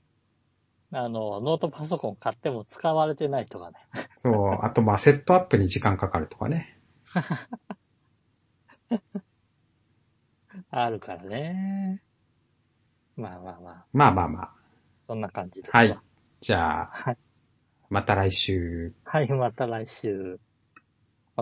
Speaker 2: あの、ノートパソコン買っても使われてないとかね。
Speaker 1: そう。あと、まあ、セットアップに時間かかるとかね。
Speaker 2: あるからね。まあまあまあ、
Speaker 1: まあまあまあ。
Speaker 2: そんな感じですわ
Speaker 1: はい。じゃあ、
Speaker 2: はい
Speaker 1: また来週。
Speaker 2: はい、また来週。